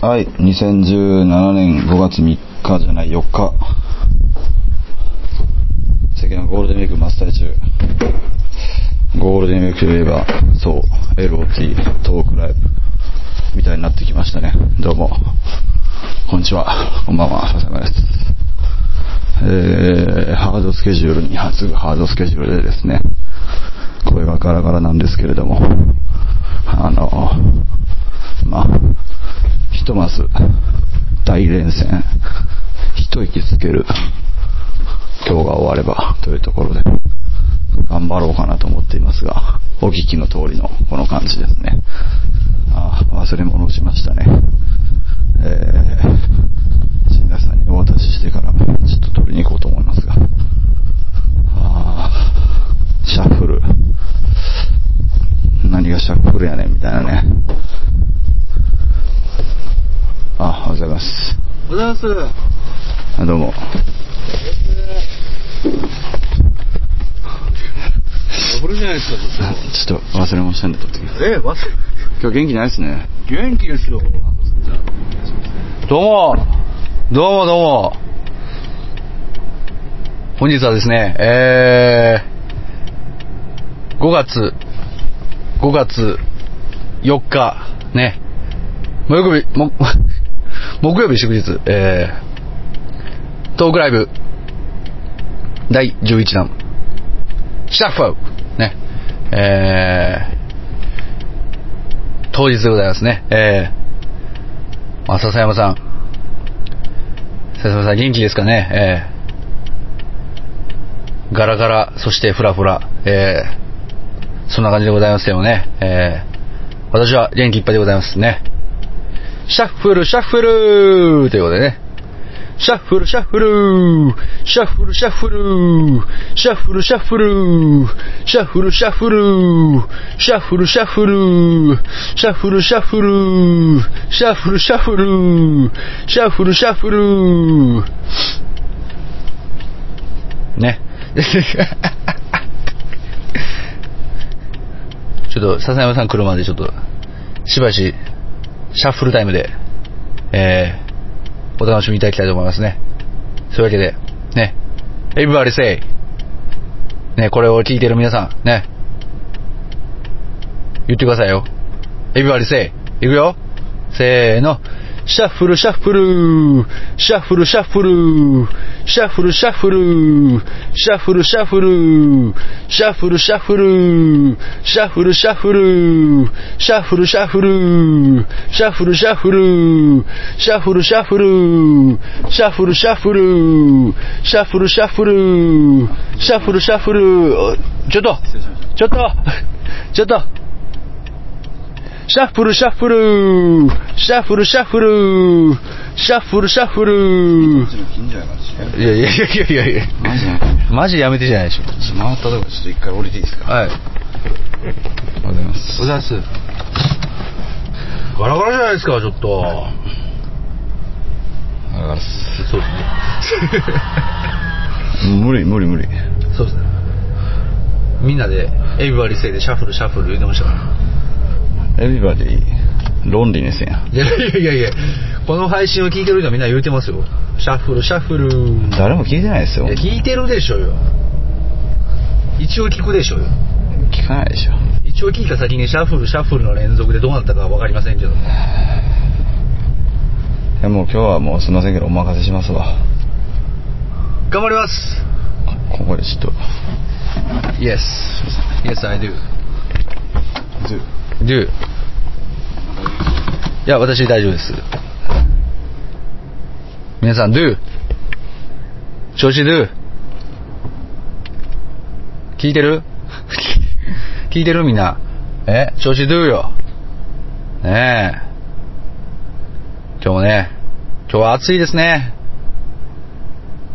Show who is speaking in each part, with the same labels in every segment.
Speaker 1: はい、2017年5月3日じゃない、4日。世間のゴールデンウィーク真っ最中。ゴールデンウィークといえば、そう、LOT、トークライブ、みたいになってきましたね。どうも。こんにちは。こんばんは。笹山です。えー、ハードスケジュールに、すぐハードスケジュールでですね、声がガラガラなんですけれども、あの、まあ、ひとまず、大連戦、一息つける、今日が終われば、というところで、頑張ろうかなと思っていますが、お聞きの通りの、この感じですね。ああ、忘れ物をしましたね。えー、新田さんにお渡ししてから、ちょっと取りに行こうと思いますが、ああ、シャッフル。何がシャッフルやねん、みたいなね。あ、おはようございます。
Speaker 2: おはようございま
Speaker 1: あどうも。
Speaker 2: す。これじゃないですか、
Speaker 1: あちょっと忘れ物したんで取ってきます。
Speaker 2: ええ、わし、
Speaker 1: 今日元気ないですね。
Speaker 2: 元気ですよ。
Speaker 3: どうもどうもどうも本日はですね、えー、5月、5月4日、ね、木曜日、も 木曜日祝日、えー、トークライブ、第11弾、シャッファーね、えー、当日でございますね、えー、まあ、笹山さん。笹山さん元気ですかねえーガラガラ、そしてフラフラ、えーそんな感じでございますよね。えー私は元気いっぱいでございますね。シャッフル、シャッフルということでね。シャッフル、シャッフルシャッフル、シャッフルシャッフル、シャッフルシャッフル、シャッフルシャッフル、シャッフルシャッフル、シャッフルシャッフル、シャッフルシャッフル、シャッフルね。 ちょっと、笹山さん来るまでちょっと、しばし、シャッフルタイムで、えー、お楽しみいただきたいと思いますね。そういうわけで、ね、Everybody say! ね、これを聞いてる皆さん、ね、言ってくださいよ。Everybody say! いくよせーの。シャッフル、シャッフル、シャッフル、シャッフル、シャッフル、シャッフル、シャッフル、シャッフル、シャッフル、シャッフル、シャッフル、シャッフル、シャッフル、シャッフル、シャッフル、シャッフル、シャッフル、シャッフル、シャッフル、シャッフル、シャッフル、シャッフル、シャッフル、シャッフル、ちょっと、ちょっと、ちょっと、シャッフル、シャッフル、シャッフル、シャッフル、シャッフル、シャッフル。
Speaker 1: 近所やからちょっ
Speaker 3: いやいやいやいやいや
Speaker 1: とマジやね
Speaker 3: マジやめてじゃないでしょ。
Speaker 1: ちょっと回ったとこちょっと一回降りていいですか
Speaker 3: は
Speaker 1: お
Speaker 3: い。
Speaker 1: はようございます
Speaker 3: おざす。ガラガラじゃないですか、ちょっと。
Speaker 1: おはようございます
Speaker 3: そうですね。
Speaker 1: 無理無理無理
Speaker 3: そうですね。みんなで、エビバリ制でシャッフルシャッフル言ってましたから。
Speaker 1: エビバディロンリネスやん
Speaker 3: いやいやいやいや、この配信を聞いてる人はみんな言うてますよ。シャッフルシャッフル。
Speaker 1: 誰も聞いてないですよ
Speaker 3: いや、聞いてるでしょよ。一応聞くでしょよ。
Speaker 1: 聞かないでしょ
Speaker 3: 一応聞いた先にシャッフルシャッフルの連続でどうなったかは分かりませんけども
Speaker 1: いやもう今日はもうすいませんけどお任せしますわ
Speaker 3: 頑張ります
Speaker 1: ここでちょっと
Speaker 3: Yes Yes I do Do いや私大丈夫です皆さん Do 調子 Do 聞いてる 聞いてるみんなえ調子 Do よねえ今日もね今日は暑いですね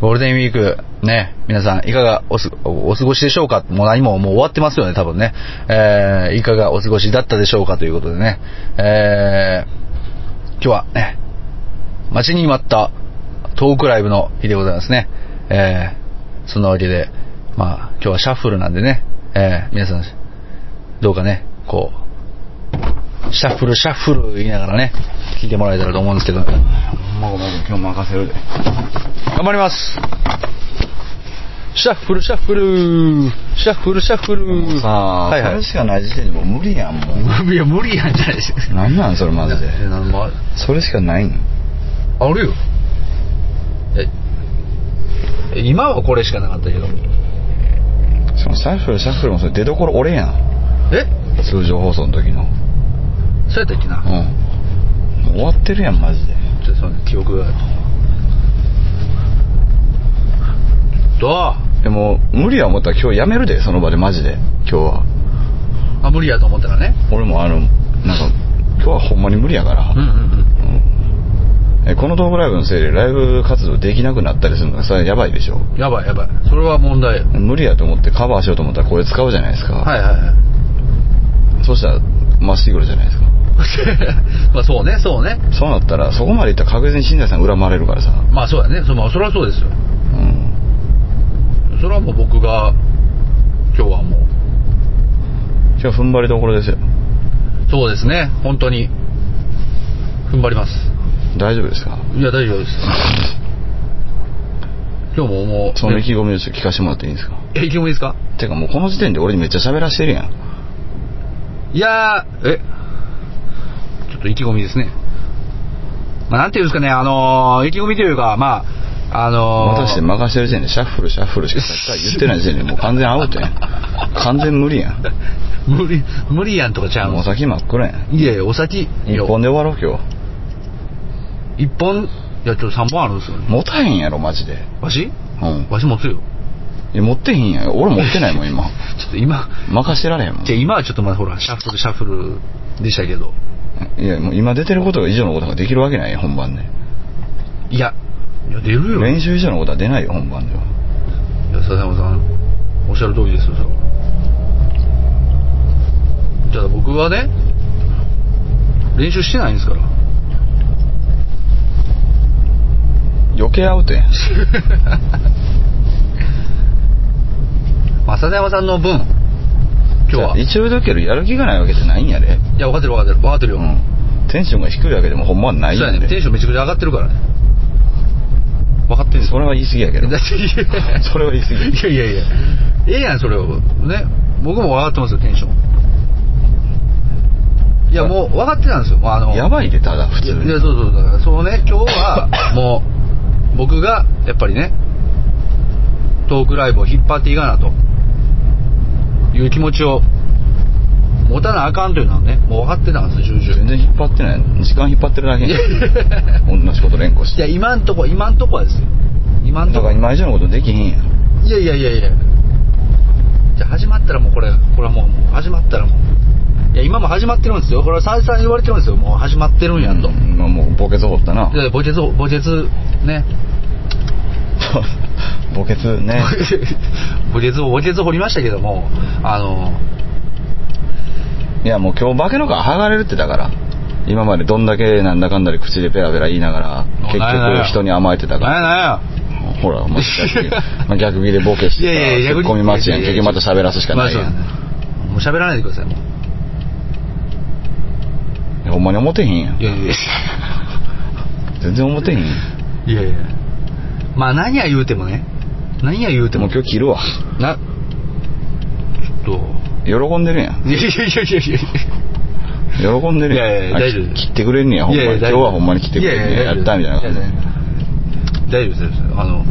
Speaker 3: ゴールデンウィーク、ね、皆さん、いかがおすおお過ごしでしょうかもう何ももう終わってますよね、多分ね。えー、いかがお過ごしだったでしょうかということでね。えー、今日はね、待ちに待ったトークライブの日でございますね。えー、そんなわけで、まあ、今日はシャッフルなんでね、えー、皆さん、どうかね、こう、シャッフル、シャッフル言いながらね、聞いてもらえたらと思うんですけど、頑
Speaker 1: ほんまごめん、今日任せるで。
Speaker 3: 張りますシャッフル、シャッフル、シャッフル、シャッフル。
Speaker 1: さあ、
Speaker 3: はいは
Speaker 1: そ
Speaker 3: い
Speaker 1: れし。かない時点でもう無理やん、もう。
Speaker 3: いや、無理やんじゃないですか。
Speaker 1: なんなん、それマジで。
Speaker 3: えなんま
Speaker 1: それしかないん
Speaker 3: あるよええ今はこれしかなかったけど
Speaker 1: そのシャッフル、シャッフルもそれ出所俺やん。
Speaker 3: え
Speaker 1: 通常放送の時の。
Speaker 3: そうやったっけな
Speaker 1: うん。もう終わってるやん、マジで。
Speaker 3: ちょっとその記憶がどう
Speaker 1: でも、無理や思ったら今日やめるで、その場でマジで。今日は。
Speaker 3: あ無理やと思ったらね
Speaker 1: 俺もあの、なんか、今日はほんまに無理やから。
Speaker 3: うんうんうん
Speaker 1: うんえこのトークライブのせいでライブ活動できなくなったりするのがそれやばいでしょ
Speaker 3: やばいやばいそれは問題
Speaker 1: 無理やと思ってカバーしようと思ったらこれ使うじゃないですか、
Speaker 3: はいはいはい
Speaker 1: そしたらまっしぐるじゃないですか
Speaker 3: まあそうねそうね
Speaker 1: そうなったらそこまでいったら確実に新田さん恨まれるからさ
Speaker 3: まあそうやねそ,、まあ、それはそうですよ
Speaker 1: うん
Speaker 3: それはもう僕が今日はもう
Speaker 1: 今日踏ん張りどころですよ
Speaker 3: そうですね本当に踏ん張ります
Speaker 1: 大丈夫ですか
Speaker 3: いや大丈夫です今日ももう
Speaker 1: その意
Speaker 3: え
Speaker 1: 気込みをちょっと聞かせてもらっていいですか
Speaker 3: え意気込みですか
Speaker 1: てかもうこの時点で俺にめっちゃ喋らしてるやん
Speaker 3: いやーえちょっと意気込みですねまあなんていうんですかねあのー、意気込みというかまああのー、
Speaker 1: 任して任してる時点でシャッフルシャッフルしかさっきから言ってない時点でもう完全アウトやん完全無理やん
Speaker 3: 無理無理やんとかちゃう
Speaker 1: もう先真っ暗やん
Speaker 3: いやいやお先
Speaker 1: 一本で終わろう今日
Speaker 3: 一本いやちょっと三本あるんですよね
Speaker 1: 持たへんやろマジで
Speaker 3: わし
Speaker 1: うん
Speaker 3: わし持つよ
Speaker 1: いや持ってへんやん俺持ってないもん 今
Speaker 3: ちょっと今
Speaker 1: 任してられへんもん
Speaker 3: じゃあ今はちょっとまだほらシャッフルシャッフルでしたけど
Speaker 1: いやもう今出てること以上のことができるわけないよ本番で
Speaker 3: いやいや出るよ
Speaker 1: 練習以上のことは出ないよ本番ではい
Speaker 3: や笹山さんおっしゃる通りですよそれはじゃあ僕はね練習してないんで すから
Speaker 1: 余計アウトやん
Speaker 3: まあ笹山さんの分今日
Speaker 1: じゃ
Speaker 3: は
Speaker 1: あ一応だけどやる気がないわけじゃないんやで
Speaker 3: いや分かってる分かってる分かってる
Speaker 1: う
Speaker 3: よ、
Speaker 1: んテンションが低いわけでもほんまはない
Speaker 3: そうや
Speaker 1: ん
Speaker 3: ね
Speaker 1: で
Speaker 3: テンションめちゃくちゃ上がってるからね分かってるんです
Speaker 1: それは言い過ぎやけど
Speaker 3: だって いや
Speaker 1: それは言い過ぎ
Speaker 3: いやいやいやええやんそれをね僕も分かってますよテンションいやもう分かってたんですよあの
Speaker 1: やばいでただ普通
Speaker 3: いや
Speaker 1: に
Speaker 3: そうそうだからそのね今日はもう僕がやっぱりねトークライブを引っ張っていかなという気持ちを持たなあかんというのはねもう分かってたんですよ重
Speaker 1: 全
Speaker 3: 々
Speaker 1: 然引っ張ってない時間引っ張ってるだけやん同じこと連呼し
Speaker 3: い
Speaker 1: て
Speaker 3: や今んとこ今んとこはですよ今ん
Speaker 1: だ
Speaker 3: と
Speaker 1: か
Speaker 3: こ
Speaker 1: ら今以上のことできへんやん
Speaker 3: いやいやいやいやじゃあ始まったらもうこれこれはもうもう始まったらもういや今も始まってるんですよこれは再三言われてるんですよもう始まってるんやと、
Speaker 1: まあもうボケそうったな
Speaker 3: で墓穴を墓穴ね
Speaker 1: ボケツね
Speaker 3: 墓穴を墓穴を掘りましたけどもあの
Speaker 1: いやもう今日化けの皮剥がれるってだから今までどんだけなんだかんだで口でペラペラ言いながら
Speaker 3: お
Speaker 1: 結
Speaker 3: なんやなんや
Speaker 1: 局人に甘えてた
Speaker 3: なん
Speaker 1: か
Speaker 3: やなんや
Speaker 1: らほらお 前逆ギレまあ逆ギレボケしてさツッコミ待ちやん結局また喋らすしかないやん、
Speaker 3: まあそうやねもう喋らないでくださいもう
Speaker 1: いやほんまに思ってへんやん
Speaker 3: いやいやい
Speaker 1: 全然思ってへんやん
Speaker 3: やいやいやまあ何や言うてもね何や言うて
Speaker 1: でも
Speaker 3: も
Speaker 1: 今日切るわ
Speaker 3: なちょっと
Speaker 1: 喜んでるやん
Speaker 3: いやいやいやいやいや
Speaker 1: 喜んでるやん
Speaker 3: いやいや
Speaker 1: あ
Speaker 3: 大丈夫です
Speaker 1: 切ってくれんねやほんまに今日はほんまに切ってくれんねややったみたいな感じで
Speaker 3: じ大丈夫です大丈夫ですあの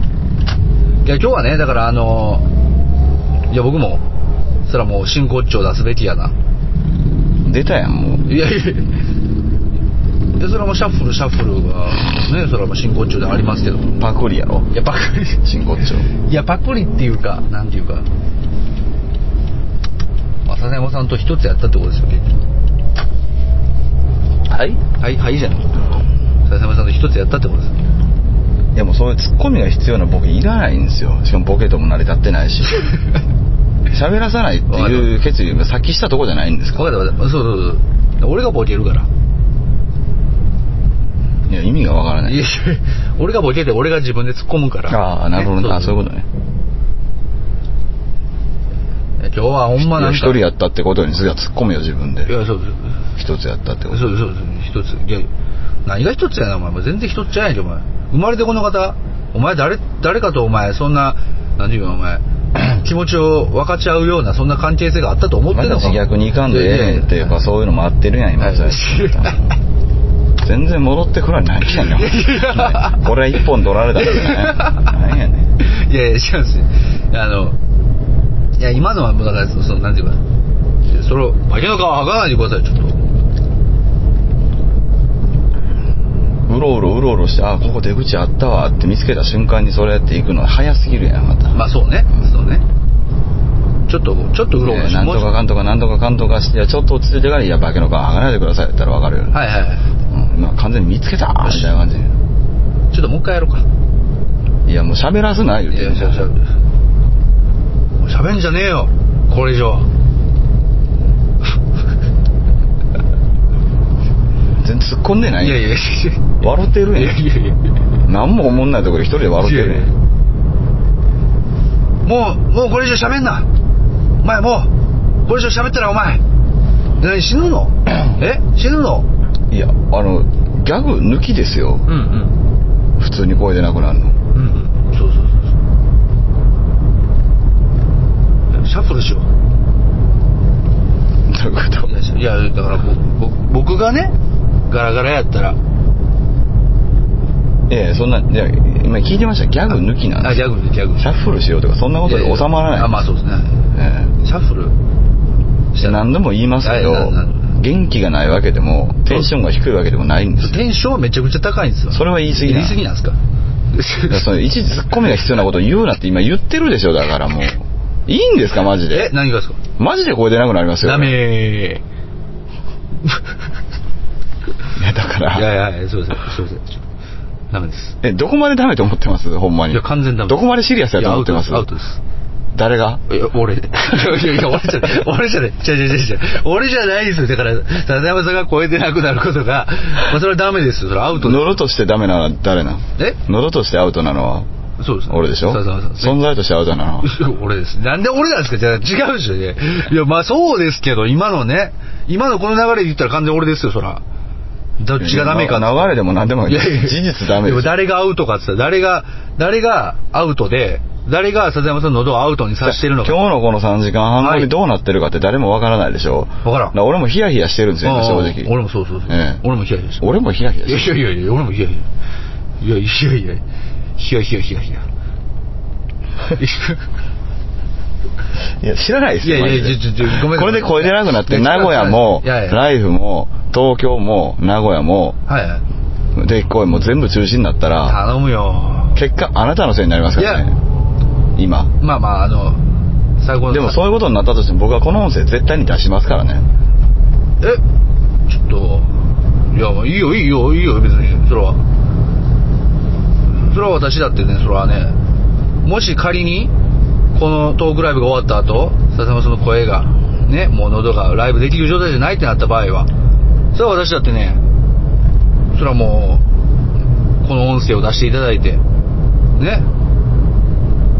Speaker 3: いや今日はねだからあのいや僕もそれはもう真骨頂出すべきやな
Speaker 1: 出たやんもう
Speaker 3: いやいやいやいやそれはもうシャッフルシャッフルがねそれはもう真骨頂でありますけど
Speaker 1: パクリやろ
Speaker 3: いやパク
Speaker 1: 真骨頂
Speaker 3: リいやパクリっていうかなんていうかまあ笹山さんと一つやったってことですよ結局
Speaker 1: はい
Speaker 3: はいはいじゃない笹山さんと一つやったってことですよ
Speaker 1: いやもうそういうツッコミが必要なボケいらないんですよしかもボケとも成り立って ないし喋らさないっていう決意がさっきしたとこじゃないんです
Speaker 3: 分か
Speaker 1: か
Speaker 3: った分かったそうそうそう俺がボケるから
Speaker 1: いや意味がわからないい
Speaker 3: や俺がボケて俺が自分で突っ込むから
Speaker 1: ああなるほどねあそういうこ
Speaker 3: こ
Speaker 1: とね
Speaker 3: と今日はほんま
Speaker 1: い
Speaker 3: な
Speaker 1: や
Speaker 3: んか
Speaker 1: 一人やったってことにすが突っ込むよ自分で
Speaker 3: いやそうです
Speaker 1: 一つやったってこと
Speaker 3: そうですそうです一ついや何が一つやなお前もう全然一つじゃないでお前生まれてこの方お前誰誰かとお前そんな何て言うのお前 気持ちを分かち合うようなそんな関係性があったと思ってんのか
Speaker 1: まだ自虐にいかんでええねんっていうかそういうのもあってるやん今
Speaker 3: はい
Speaker 1: じゃ あ全然戻ってくらないやねん これ一本取られたからね何やねん
Speaker 3: いやいや、違うんですよ。あの、いや、今のはもうだから、そその、なんていうか、それを、化けの皮剥がないでください、ちょっと。
Speaker 1: うろうろうろうろしてあここ出口あったわって見つけた瞬間にそれやって行くの早すぎるやんまた
Speaker 3: まあ、そうね。そうね。ちょっと、ちょっとうろうろ
Speaker 1: ね
Speaker 3: し
Speaker 1: なんとか
Speaker 3: もう
Speaker 1: かんとかなんとかかんとかしていやちょっと落ち着いてからいや化けの皮剥がないでくださいやったら分かるよ
Speaker 3: ちょ
Speaker 1: ね、
Speaker 3: はいはいは
Speaker 1: うんまあ完全に見つけたみたいな感じ
Speaker 3: い。ちょっともう一回やろうか。
Speaker 1: いやもう喋らすな言う
Speaker 3: い
Speaker 1: て
Speaker 3: や、しゃしゃもう喋んじゃねえよ。これ以上。
Speaker 1: 全然突っ込んでない
Speaker 3: いやいやいや
Speaker 1: 笑ってる
Speaker 3: い
Speaker 1: や
Speaker 3: や
Speaker 1: ん
Speaker 3: いやいや。
Speaker 1: 何も思んないところで一人で笑ってるやん
Speaker 3: もう、もうこれ以上喋んな。お前もう、これ以上喋ったらお前、何死ぬ のえ死ぬの
Speaker 1: いやあのギャグ抜きですよ
Speaker 3: うんうん。
Speaker 1: 普通に声でなくなるの
Speaker 3: うんうんそうそうそうそうシャッフルしよ
Speaker 1: ど
Speaker 3: う
Speaker 1: ういうこと
Speaker 3: いやしいやだからぼぼ僕がねガラガラやったら
Speaker 1: いやいやそんないや今聞いてましたギャグ抜きなんで
Speaker 3: あ
Speaker 1: す
Speaker 3: ギャグギャグ
Speaker 1: シャッフルしようとかそんなことで収まらない
Speaker 3: ややあまあそうですね
Speaker 1: え
Speaker 3: シャッフル
Speaker 1: え何度も言いますけど
Speaker 3: はいなな
Speaker 1: 元気がないわけでもテンションが低いわけでもないんですよ
Speaker 3: テンションはめちゃくちゃ高いんですよ
Speaker 1: それは言い過ぎな
Speaker 3: 言い過ぎなんですか
Speaker 1: いやその一ツッコミが必要なことを言うなって今言ってるでしょだからもういいんですかマジ
Speaker 3: え
Speaker 1: で
Speaker 3: 何がですか
Speaker 1: マジで声出なくなりますよ
Speaker 3: ダメ
Speaker 1: いやだか
Speaker 3: ーい
Speaker 1: ら
Speaker 3: やいやそうですそうですちょダメです
Speaker 1: えどこまでダメと思ってますほんまに
Speaker 3: いや完全にダメ
Speaker 1: どこまでシリアスやと思ってます
Speaker 3: いやアウトですアウトです
Speaker 1: 誰が
Speaker 3: いや、 俺。いやいや、俺じゃない。俺じゃない。違う違う違う違う。俺じゃないですよ。だから、笹山さんが超えてなくなることが、まあ、それはダメですよ。それはアウトです
Speaker 1: 乗るとしてダメなのは誰なの
Speaker 3: え
Speaker 1: 乗るとしてアウトなのは
Speaker 3: そうです、
Speaker 1: 俺でしょ
Speaker 3: 笹山さん。
Speaker 1: 存在としてアウトなのは
Speaker 3: 俺です。なんで俺なんですかじゃあ違うでしょ。いやいや、まあそうですけど、今のね、今のこの流れで言ったら完全に俺ですよ、そら。どっちがダメかって
Speaker 1: 流れでも何でもない
Speaker 3: いやいや
Speaker 1: 事実ダメで
Speaker 3: も
Speaker 1: す
Speaker 3: 誰がアウトかって言ったら、誰が、誰がアウトで、誰が笹山さんの喉をアウトにさしてるのか。
Speaker 1: 今日のこの3時間半後
Speaker 3: はい
Speaker 1: にどうなってるかって誰もわからないでしょ
Speaker 3: わからん
Speaker 1: だから俺もヒヤヒヤしてるんですよ今正
Speaker 3: ああ俺
Speaker 1: 直
Speaker 3: もそうそうそう。
Speaker 1: ええ
Speaker 3: 俺もヒヤヒヤしてる
Speaker 1: 俺もヒヤヒヤ
Speaker 3: いや
Speaker 1: して
Speaker 3: いやいやいや、俺もいやいや。いやいやいやいや。ひやひやひや ひや。
Speaker 1: るいや知らないですよ
Speaker 3: いやいや
Speaker 1: マジで
Speaker 3: ちょちょちょごめん
Speaker 1: これで声出なくなって
Speaker 3: いや
Speaker 1: 名古屋も
Speaker 3: いやいや
Speaker 1: ライフも東京も名古屋も
Speaker 3: はいはい。
Speaker 1: で声も全部中止になったら
Speaker 3: 頼むよ。
Speaker 1: 結果あなたのせいになりますからね今
Speaker 3: まあまあ、あの、最後の。
Speaker 1: でもそういうことになったとしても僕はこの音声絶対に出しますからね
Speaker 3: えちょっと、いや、まあいいよいいよいいよ、別に。それは。それは私だってね、それはね。もし仮に、このトークライブが終わった後、笹山さんの声が、ね、もう喉がライブできる状態じゃないってなった場合は、それは私だってね、それはもう、この音声を出していただいて、ね、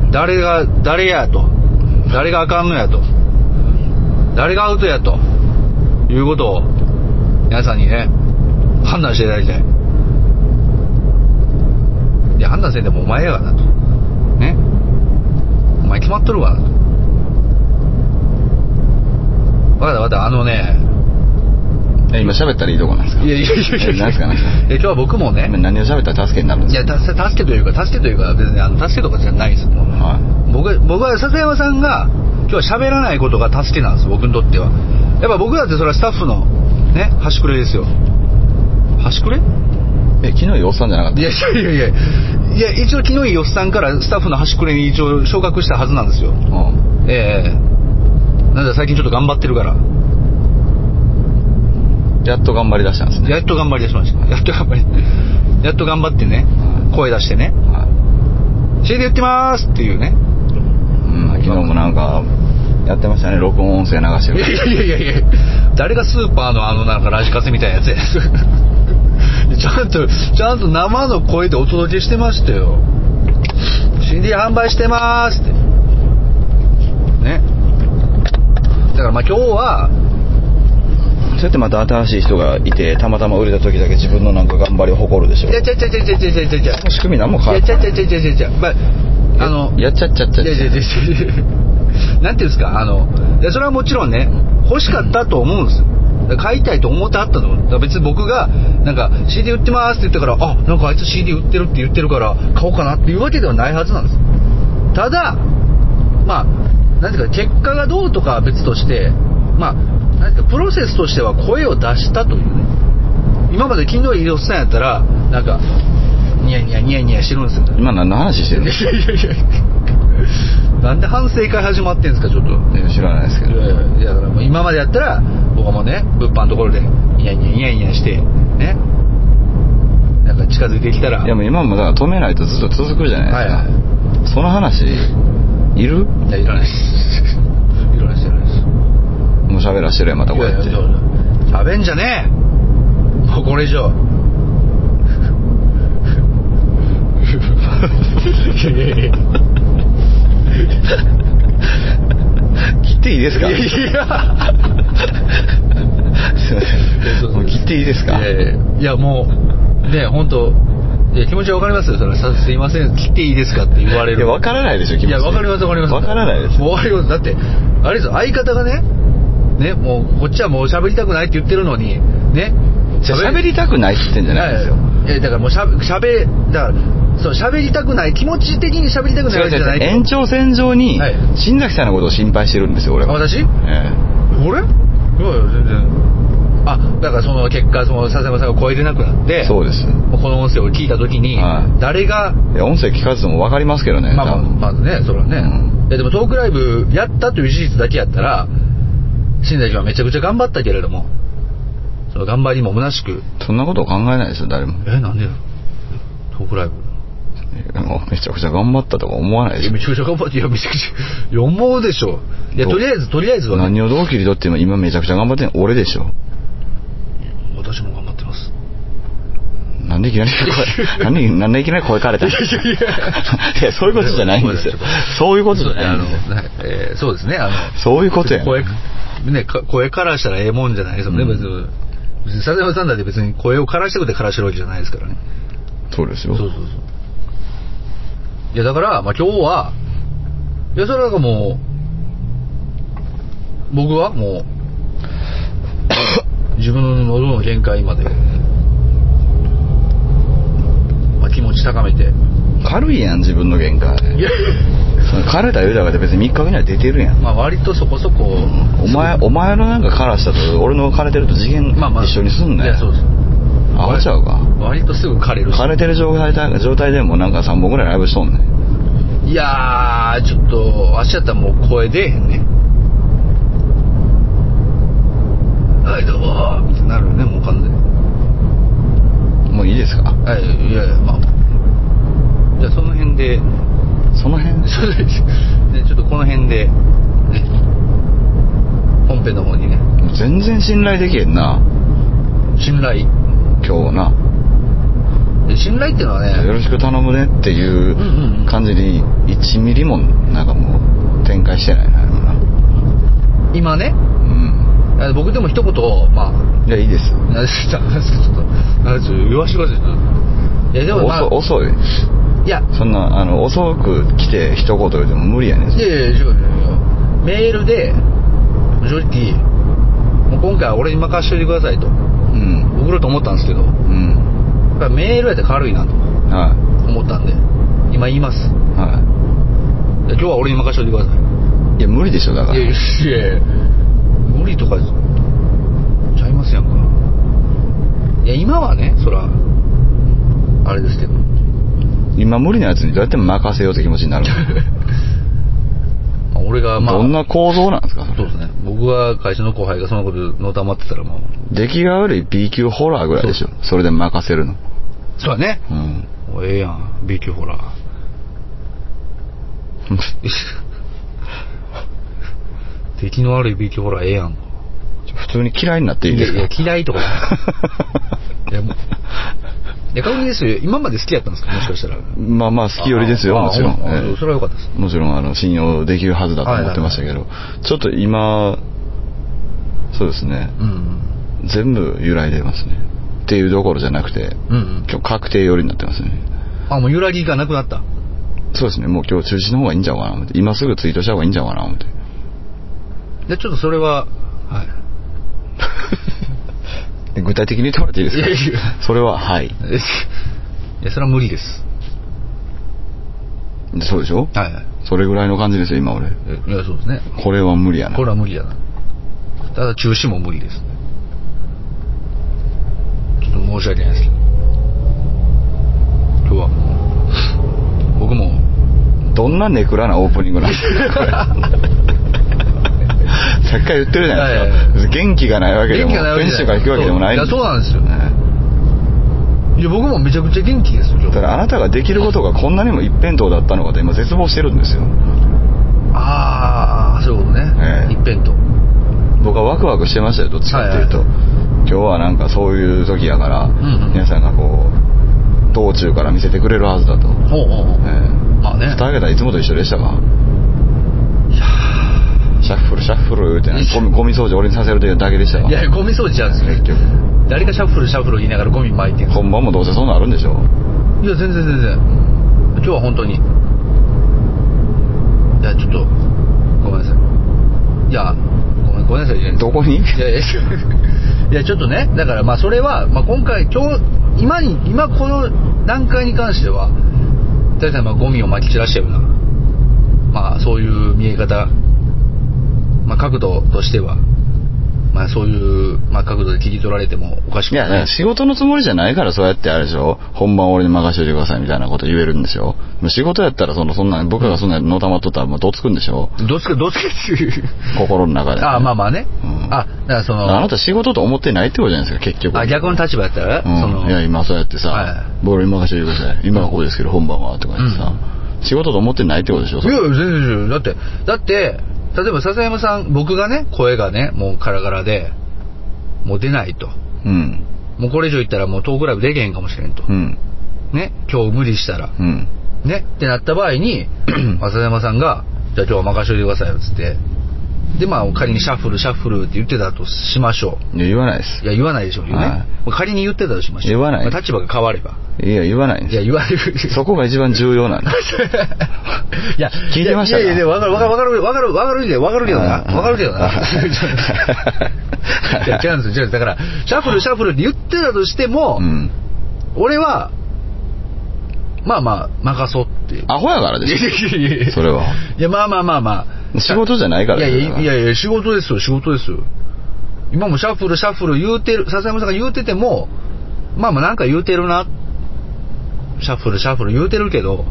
Speaker 3: 誰が、誰やと、誰があかんのやと、誰がアウトやと、いうことを、皆さんにね、判断していただきたい。いや、判断せんでもお前やがなと。ね。お前決まっとるわなと。わかったわかった、あのね、
Speaker 1: え今喋ったらいいとこなんですか
Speaker 3: いやいやいやいや
Speaker 1: えなんすかなんすか
Speaker 3: え今日は僕もね
Speaker 1: 今、何を喋ったら助けになるん
Speaker 3: い
Speaker 1: です
Speaker 3: や、た助けというか、助けというか、別にあの助けとかじゃないです。もう
Speaker 1: かは
Speaker 3: 僕は僕は笹山さんが今日は喋らないことが助けなんです僕にとってはやっぱ僕だってそれはスタッフのね端くれですよ端くれい
Speaker 1: いえ昨日おっさんじゃなかった
Speaker 3: やいやいやいやいや一応昨日よっさんからスタッフの端くれに一応昇格したはずなんですよ
Speaker 1: うん
Speaker 3: ええなんだ最近ちょっと頑張ってるから
Speaker 1: やっと頑張り出したんですね
Speaker 3: やっと頑張り出しましたやっと頑張りやっと頑張ってね声出してね
Speaker 1: はい
Speaker 3: 「シェで言ってます」っていうね
Speaker 1: うん昨日もなんかやってましたね録音音声流して
Speaker 3: いやい
Speaker 1: る
Speaker 3: やいやいやいや誰がスーパーのあのなんかラジカセみたいなやつや ちゃんとちゃんと生の声でお届けしてましたよ CD 販売してますってねだからまあ今日は
Speaker 1: そうやってまた新しい人がいてたまたま売れた時だけ自分のなんか頑張りを誇るでしょ
Speaker 3: いやちゃうちゃうちゃうちゃうちゃうちゃうちゃう
Speaker 1: その仕組み何も
Speaker 3: い
Speaker 1: 変わ
Speaker 3: や
Speaker 1: ら
Speaker 3: ちゃ
Speaker 1: な
Speaker 3: うち
Speaker 1: い
Speaker 3: ゃうちゃうちゃうちゃうまああの
Speaker 1: やっちゃっちゃっちゃっ
Speaker 3: い
Speaker 1: ち
Speaker 3: やいやいやいやいやなんていうんですかあのいやそれはもちろんね欲しかったと思うんですよだから買いたいと思ってあったのだから別に僕がなんか CD 売ってますって言ったからあなんかあいつ CD 売ってるって言ってるから買おうかなっていうわけではないはずなんですただまあなんていうか結果がどうとかは別としてまあなんていうかプロセスとしては声を出したというね今まで金のいいおっさんやったらなんかニヤニヤニヤニヤしてるんですよ
Speaker 1: 今何の話してる
Speaker 3: い
Speaker 1: の
Speaker 3: やいやいやいやなんで反省会始まってんすかちょっと
Speaker 1: いや知らないですけ
Speaker 3: い
Speaker 1: ど
Speaker 3: やいやいやだからもう今までやったら僕はもうね物販のところでニヤニヤニヤニヤしてねなんか近づいてきたら
Speaker 1: いやもう今もだから止めないとずっと続くじゃ
Speaker 3: はい
Speaker 1: ない
Speaker 3: は
Speaker 1: ですか、その話いる
Speaker 3: いいやいらないですいらないですいらないです
Speaker 1: もう喋らしてるやんまたこうやって
Speaker 3: いやいやいや喋んじゃねえもうこれ以 上いやいやいや
Speaker 1: 切っていいですか
Speaker 3: いやいや
Speaker 1: すいませんもう切っていいですか
Speaker 3: いやいやいやもうね本当いや気持ちはわかりますよそれはさすいません切っていいですかって言われる
Speaker 1: いやわからないでしょ気持ち
Speaker 3: いやわかりますわかります
Speaker 1: わからないです
Speaker 3: もうわかりますだってあれですよ相方がねねもうこっちはもう喋りたくないって言ってるのにね
Speaker 1: じゃあ喋りたくないって言ってんじゃないですよ
Speaker 3: いやだからもうしゃべしゃべだからそう喋りたくない気持ち的に喋りたくないわけじゃない
Speaker 1: 延長線上に、
Speaker 3: はい
Speaker 1: 新崎さんのことを心配してるんですよ俺
Speaker 3: あ
Speaker 1: は、
Speaker 3: 私
Speaker 1: え
Speaker 3: 俺いやいや全然あだからその結果その笹山さんが声出なくなっ
Speaker 1: え
Speaker 3: て
Speaker 1: そうですい
Speaker 3: この音声を聞いた時に、
Speaker 1: はい
Speaker 3: 誰が、
Speaker 1: や音声聞かずとも分かりますけどね、
Speaker 3: まあ
Speaker 1: 多分
Speaker 3: まあまずねそれはね、いやでもトークライブやったという事実だけやったら新崎はめちゃくちゃ頑張ったけれどもその頑張りも虚しく
Speaker 1: そんなことを考えないですよ誰も
Speaker 3: えなんでよトークライブ
Speaker 1: いやもうめちゃくちゃ頑張ったとか思わない
Speaker 3: い
Speaker 1: で
Speaker 3: や
Speaker 1: し
Speaker 3: めちゃくちゃ頑張っていやめちゃくちゃいや思うでしょいや
Speaker 1: どう
Speaker 3: とりあえずとりあえず
Speaker 1: ょ
Speaker 3: は、ね、
Speaker 1: 何をどう切り取っても今めちゃくちゃ頑張ってんの俺でしょ
Speaker 3: 私も頑張ってます
Speaker 1: なんでいきなり声なんでなんでいきなり声かれたのいや そういうことじゃないんですよそういうことじゃないんですよ
Speaker 3: あのはいえーそうですねあの
Speaker 1: そういうことや
Speaker 3: 声ねか声からしたらええもんじゃないですよね、
Speaker 1: うん
Speaker 3: 別に別に笹山さんだって別に声をからしてくてからしてるわけじゃないですからね
Speaker 1: そうです
Speaker 3: そ
Speaker 1: よ
Speaker 3: うそうそういやだから、まあ、今日はいやそれはなんかもう 僕はもう自分の喉の限界まで、まあ、気持ち高めて
Speaker 1: 軽いやん自分の限界
Speaker 3: いや
Speaker 1: その枯れた言うたから別に3日後には出てるやん
Speaker 3: まあ割とそこそこ、
Speaker 1: お前お前のなんか枯らしたと俺の枯れてると次元
Speaker 3: まあまあ
Speaker 1: 一緒にすん
Speaker 3: い
Speaker 1: ね
Speaker 3: やそうです
Speaker 1: 合わちゃうか
Speaker 3: 割とすぐ枯れるし
Speaker 1: 枯れてる状態だ状態でもなんか3本ぐらいライブしとんねん
Speaker 3: いやーちょっと足やったらもう声出えへんねはいどうもってなるよねもう完全に
Speaker 1: もういいですか
Speaker 3: はいいやいやまあじゃあその辺 で
Speaker 1: その辺
Speaker 3: そうですでちょっとこの辺で、ね、本編の方にね
Speaker 1: 全然信頼できへんな
Speaker 3: 信頼
Speaker 1: 今日な
Speaker 3: で信頼っていうのは
Speaker 1: よ
Speaker 3: ね
Speaker 1: ろしく頼むねってい
Speaker 3: うんうんう
Speaker 1: うん感じに1ミリもなんかもう展開してないな今な
Speaker 3: 今ね
Speaker 1: うん
Speaker 3: あの僕でも一言まあ
Speaker 1: いやいいです
Speaker 3: 何ですか何ですかちょっと何ですか言わしてくださいちょっといやでもまあ
Speaker 1: 遅遅い
Speaker 3: いや
Speaker 1: そんなあの遅く来て一言言うても無理やねん
Speaker 3: いやいや違う違う違うメールで正直もう今回は俺に任せておいてくださいと
Speaker 1: うん
Speaker 3: 送ろうと思ったんですけどやっ
Speaker 1: うん
Speaker 3: ぱメールやったら軽いなと
Speaker 1: は
Speaker 3: 思ったんで今言います
Speaker 1: いはい
Speaker 3: いや今日は俺に任せておいてください
Speaker 1: いや無理でしょだから
Speaker 3: いやいやいや無理とかちゃいますやんかいや今はねそらあれですけど
Speaker 1: 今無理なやつにどうやっても任せようって気持ちになる
Speaker 3: まあ俺がまあ
Speaker 1: どんな構造なんですかそ
Speaker 3: そう
Speaker 1: れ
Speaker 3: ですね僕は会社の後輩がそんなことのたまってたらまあ
Speaker 1: 出来が悪い B 級ホラーぐらいでしょそれで任せるの
Speaker 3: そうだね
Speaker 1: うん
Speaker 3: もうええやん B 級ホラー 敵の悪い B 級ホラーええやん
Speaker 1: 普通に嫌いになっていいです
Speaker 3: い
Speaker 1: か
Speaker 3: やいや嫌いとかじゃない いやもういや確認ですよ今まで好きやったんですかもしかしたら
Speaker 1: まあまあ好きよりですよ
Speaker 3: ああ
Speaker 1: もちろん
Speaker 3: ああ
Speaker 1: ええ
Speaker 3: それはよかったです
Speaker 1: もちろんあの信用できるはずだと思ってましたけど、ちょっと今そうですね
Speaker 3: うん
Speaker 1: 全部揺らいでますねっていうどころじゃなくて
Speaker 3: うんうん
Speaker 1: 今日確定寄りになってますね
Speaker 3: あもう揺らぎがなくなった
Speaker 1: そうですねもう今日中止の方がいいんちゃうかな思って今すぐツイートした方がいいんちゃうかな思って
Speaker 3: でちょっとそれははい
Speaker 1: え 具体的に言ってもらっていいですか
Speaker 3: いやいや
Speaker 1: それははい
Speaker 3: えいやそれは無理です
Speaker 1: そうでしょ
Speaker 3: はいはい
Speaker 1: それぐらいの感じですよ今俺
Speaker 3: えいやそうですね
Speaker 1: これは無理やな
Speaker 3: これは無理だなただ中止も無理ですちょっと申し訳ないですけど今日はもう僕も
Speaker 1: どんなネクラなオープニングなんですかこれ さっきから言ってるじゃないですか、
Speaker 3: はいはい
Speaker 1: 元気がないわけでも
Speaker 3: 元気がないわけ
Speaker 1: 選
Speaker 3: じゃな
Speaker 1: 手が行
Speaker 3: い
Speaker 1: くわけでもない
Speaker 3: そういやそう
Speaker 1: ね
Speaker 3: いや僕もめちゃくちゃ元気ですよ今
Speaker 1: ただあなたができることがこんなにも一辺倒だったのかと今絶望してるんですよ
Speaker 3: ああそういうことね、
Speaker 1: ええ
Speaker 3: 一辺と
Speaker 1: 僕はワクワクしてましたよどっちかっていうと、
Speaker 3: はい
Speaker 1: 今日はなんかそういう時やから、
Speaker 3: んうん
Speaker 1: 皆さんがこう道中から見せてくれるはずだと、
Speaker 3: おうおうおう
Speaker 1: え
Speaker 3: まあ
Speaker 1: え
Speaker 3: ね
Speaker 1: 蓋開けたらいつもと一緒でしたかシャッフルシャッフルってなゴミゴミ掃除俺にさせるというだけでしたか
Speaker 3: いやいやゴミ掃除じゃんです
Speaker 1: 結
Speaker 3: ね
Speaker 1: 局
Speaker 3: 誰がシャッフルシャッフル言いながらゴミ巻いてんの
Speaker 1: 本番もどうせそんなんあるんでしょ
Speaker 3: いや全然全然今日は本当にいやちょっとごめんなさいいやごめんごめんなさいじゃない
Speaker 1: どこに
Speaker 3: いやいやいやちょっとねだからまあそれは、まあ、今回今日今に今この段階に関しては大体まあゴミを撒き散らしてるなまあそういう見え方まあ角度としてはまあそういう、まあ、角度で切り取られてもおかしく
Speaker 1: いや、
Speaker 3: な
Speaker 1: だか
Speaker 3: い
Speaker 1: ら仕事のつもりじゃないからそうやってあれでしょ本番俺に任せておいてくださいみたいなこと言えるんでしょもう仕事やったらその、そんな、僕がそんなのたまっとったらもうどつくんでしょ
Speaker 3: どっちかどっちかっていう
Speaker 1: 心の中で、
Speaker 3: ああまあまあね、
Speaker 1: うん
Speaker 3: あだからその
Speaker 1: あなた仕事と思ってないってことじゃないですか、結局。
Speaker 3: あ逆の立場やった
Speaker 1: う
Speaker 3: ら、
Speaker 1: ん
Speaker 3: その
Speaker 1: いや、今そうやってさ、
Speaker 3: はい
Speaker 1: 僕俺に任せておいてください。今はこうですけど、本番は、とか言ってさ、仕事と思ってないってことでしょ
Speaker 3: いやいや全然全然だってだって例えば笹山さん僕がね声がねもうガラガラでもう出ないと
Speaker 1: うん。
Speaker 3: もうこれ以上言ったらもうトークライブできへんかもしれんと、
Speaker 1: うん。
Speaker 3: ね今日無理したら
Speaker 1: うん。
Speaker 3: ねってなった場合に笹山さんが「じゃあ今日は任せといてくださいよ」っつってでまあ仮にシャッフルシャッフルって言ってたとしましょ
Speaker 1: いや、言わないです
Speaker 3: うい。や言わないでしょうよ
Speaker 1: は
Speaker 3: ね、
Speaker 1: い
Speaker 3: まあ仮に言ってたとしましょう
Speaker 1: 言わない
Speaker 3: まあ立場が変われば
Speaker 1: いや、言わないん
Speaker 3: い
Speaker 1: で
Speaker 3: や言われる
Speaker 1: す。そこが一番重要なんです。
Speaker 3: いや、
Speaker 1: 聞いてましたか
Speaker 3: いやいや、わかる、わかる、わかる、わかる、わかるけど、わかるけどな。
Speaker 1: うん
Speaker 3: わかるけ どな。
Speaker 1: はい
Speaker 3: いや、違うんですよ、違うんです。だから、シャッフル、シャッフルって言ってたとしても、
Speaker 1: うん。
Speaker 3: 俺は、まあまあ、任そうっていう。
Speaker 1: アホやからで
Speaker 3: いや
Speaker 1: し
Speaker 3: いやいやい
Speaker 1: ょ。
Speaker 3: や
Speaker 1: それは。
Speaker 3: いや、まあまあまあまあ。
Speaker 1: 仕事じゃないから
Speaker 3: いや
Speaker 1: ね
Speaker 3: いや、いやいや、仕事ですよ、仕事ですよ。今もシャッフル、シャッフル言うてる、笹山さんが言うてても、まあまあなんか言うてるな。シャッフル、シャッフル言うてるけど、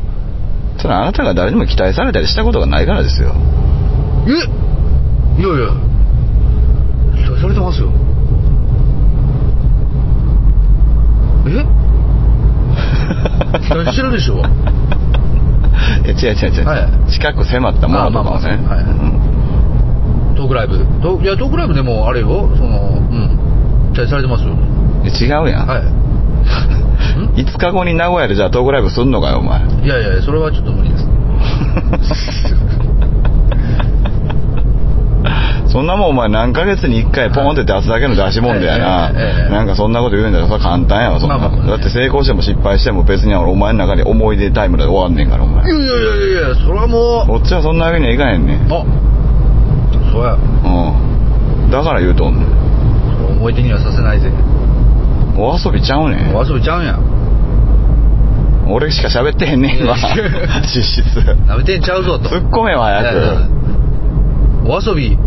Speaker 1: それはあなたが誰にも期待されたりしたことがないからですよ
Speaker 3: えいやいや期待されてますよえ期待して るでしょ
Speaker 1: え違う違う違う、
Speaker 3: はい
Speaker 1: 近く迫ったものとかもね、
Speaker 3: まあまあまあトークライブトーいやトークライブでもあれよそのうん期待されてますよ
Speaker 1: うんえ違うやん、
Speaker 3: は
Speaker 1: 5日後に名古屋でじゃあトークライブすんのかよお前
Speaker 3: いいやいやいやそれはちょっと無理で す
Speaker 1: そんなもんお前何ヶ月に1回ポンって出すだけの出し物だよな、
Speaker 3: ええええええ
Speaker 1: なんかそんなこと言うんだらそれ簡単やわそんな、
Speaker 3: まあまあまあ
Speaker 1: だって成功しても失敗しても別に俺お前の中で思い出タイムで終わんねんからお
Speaker 3: いや
Speaker 1: 前
Speaker 3: いやいやいやいやそれはも
Speaker 1: こっちはそんなわけにはいかへんねん
Speaker 3: うあそうや
Speaker 1: うんだから言うとんねん
Speaker 3: 思い出にはさせないぜ
Speaker 1: お遊びちゃうねん
Speaker 3: お遊びちゃうんや
Speaker 1: 俺しか喋ってへんねんわ 実質
Speaker 3: なめてんちゃうぞと
Speaker 1: 突っ込めは
Speaker 3: え
Speaker 1: 早く
Speaker 3: えお遊び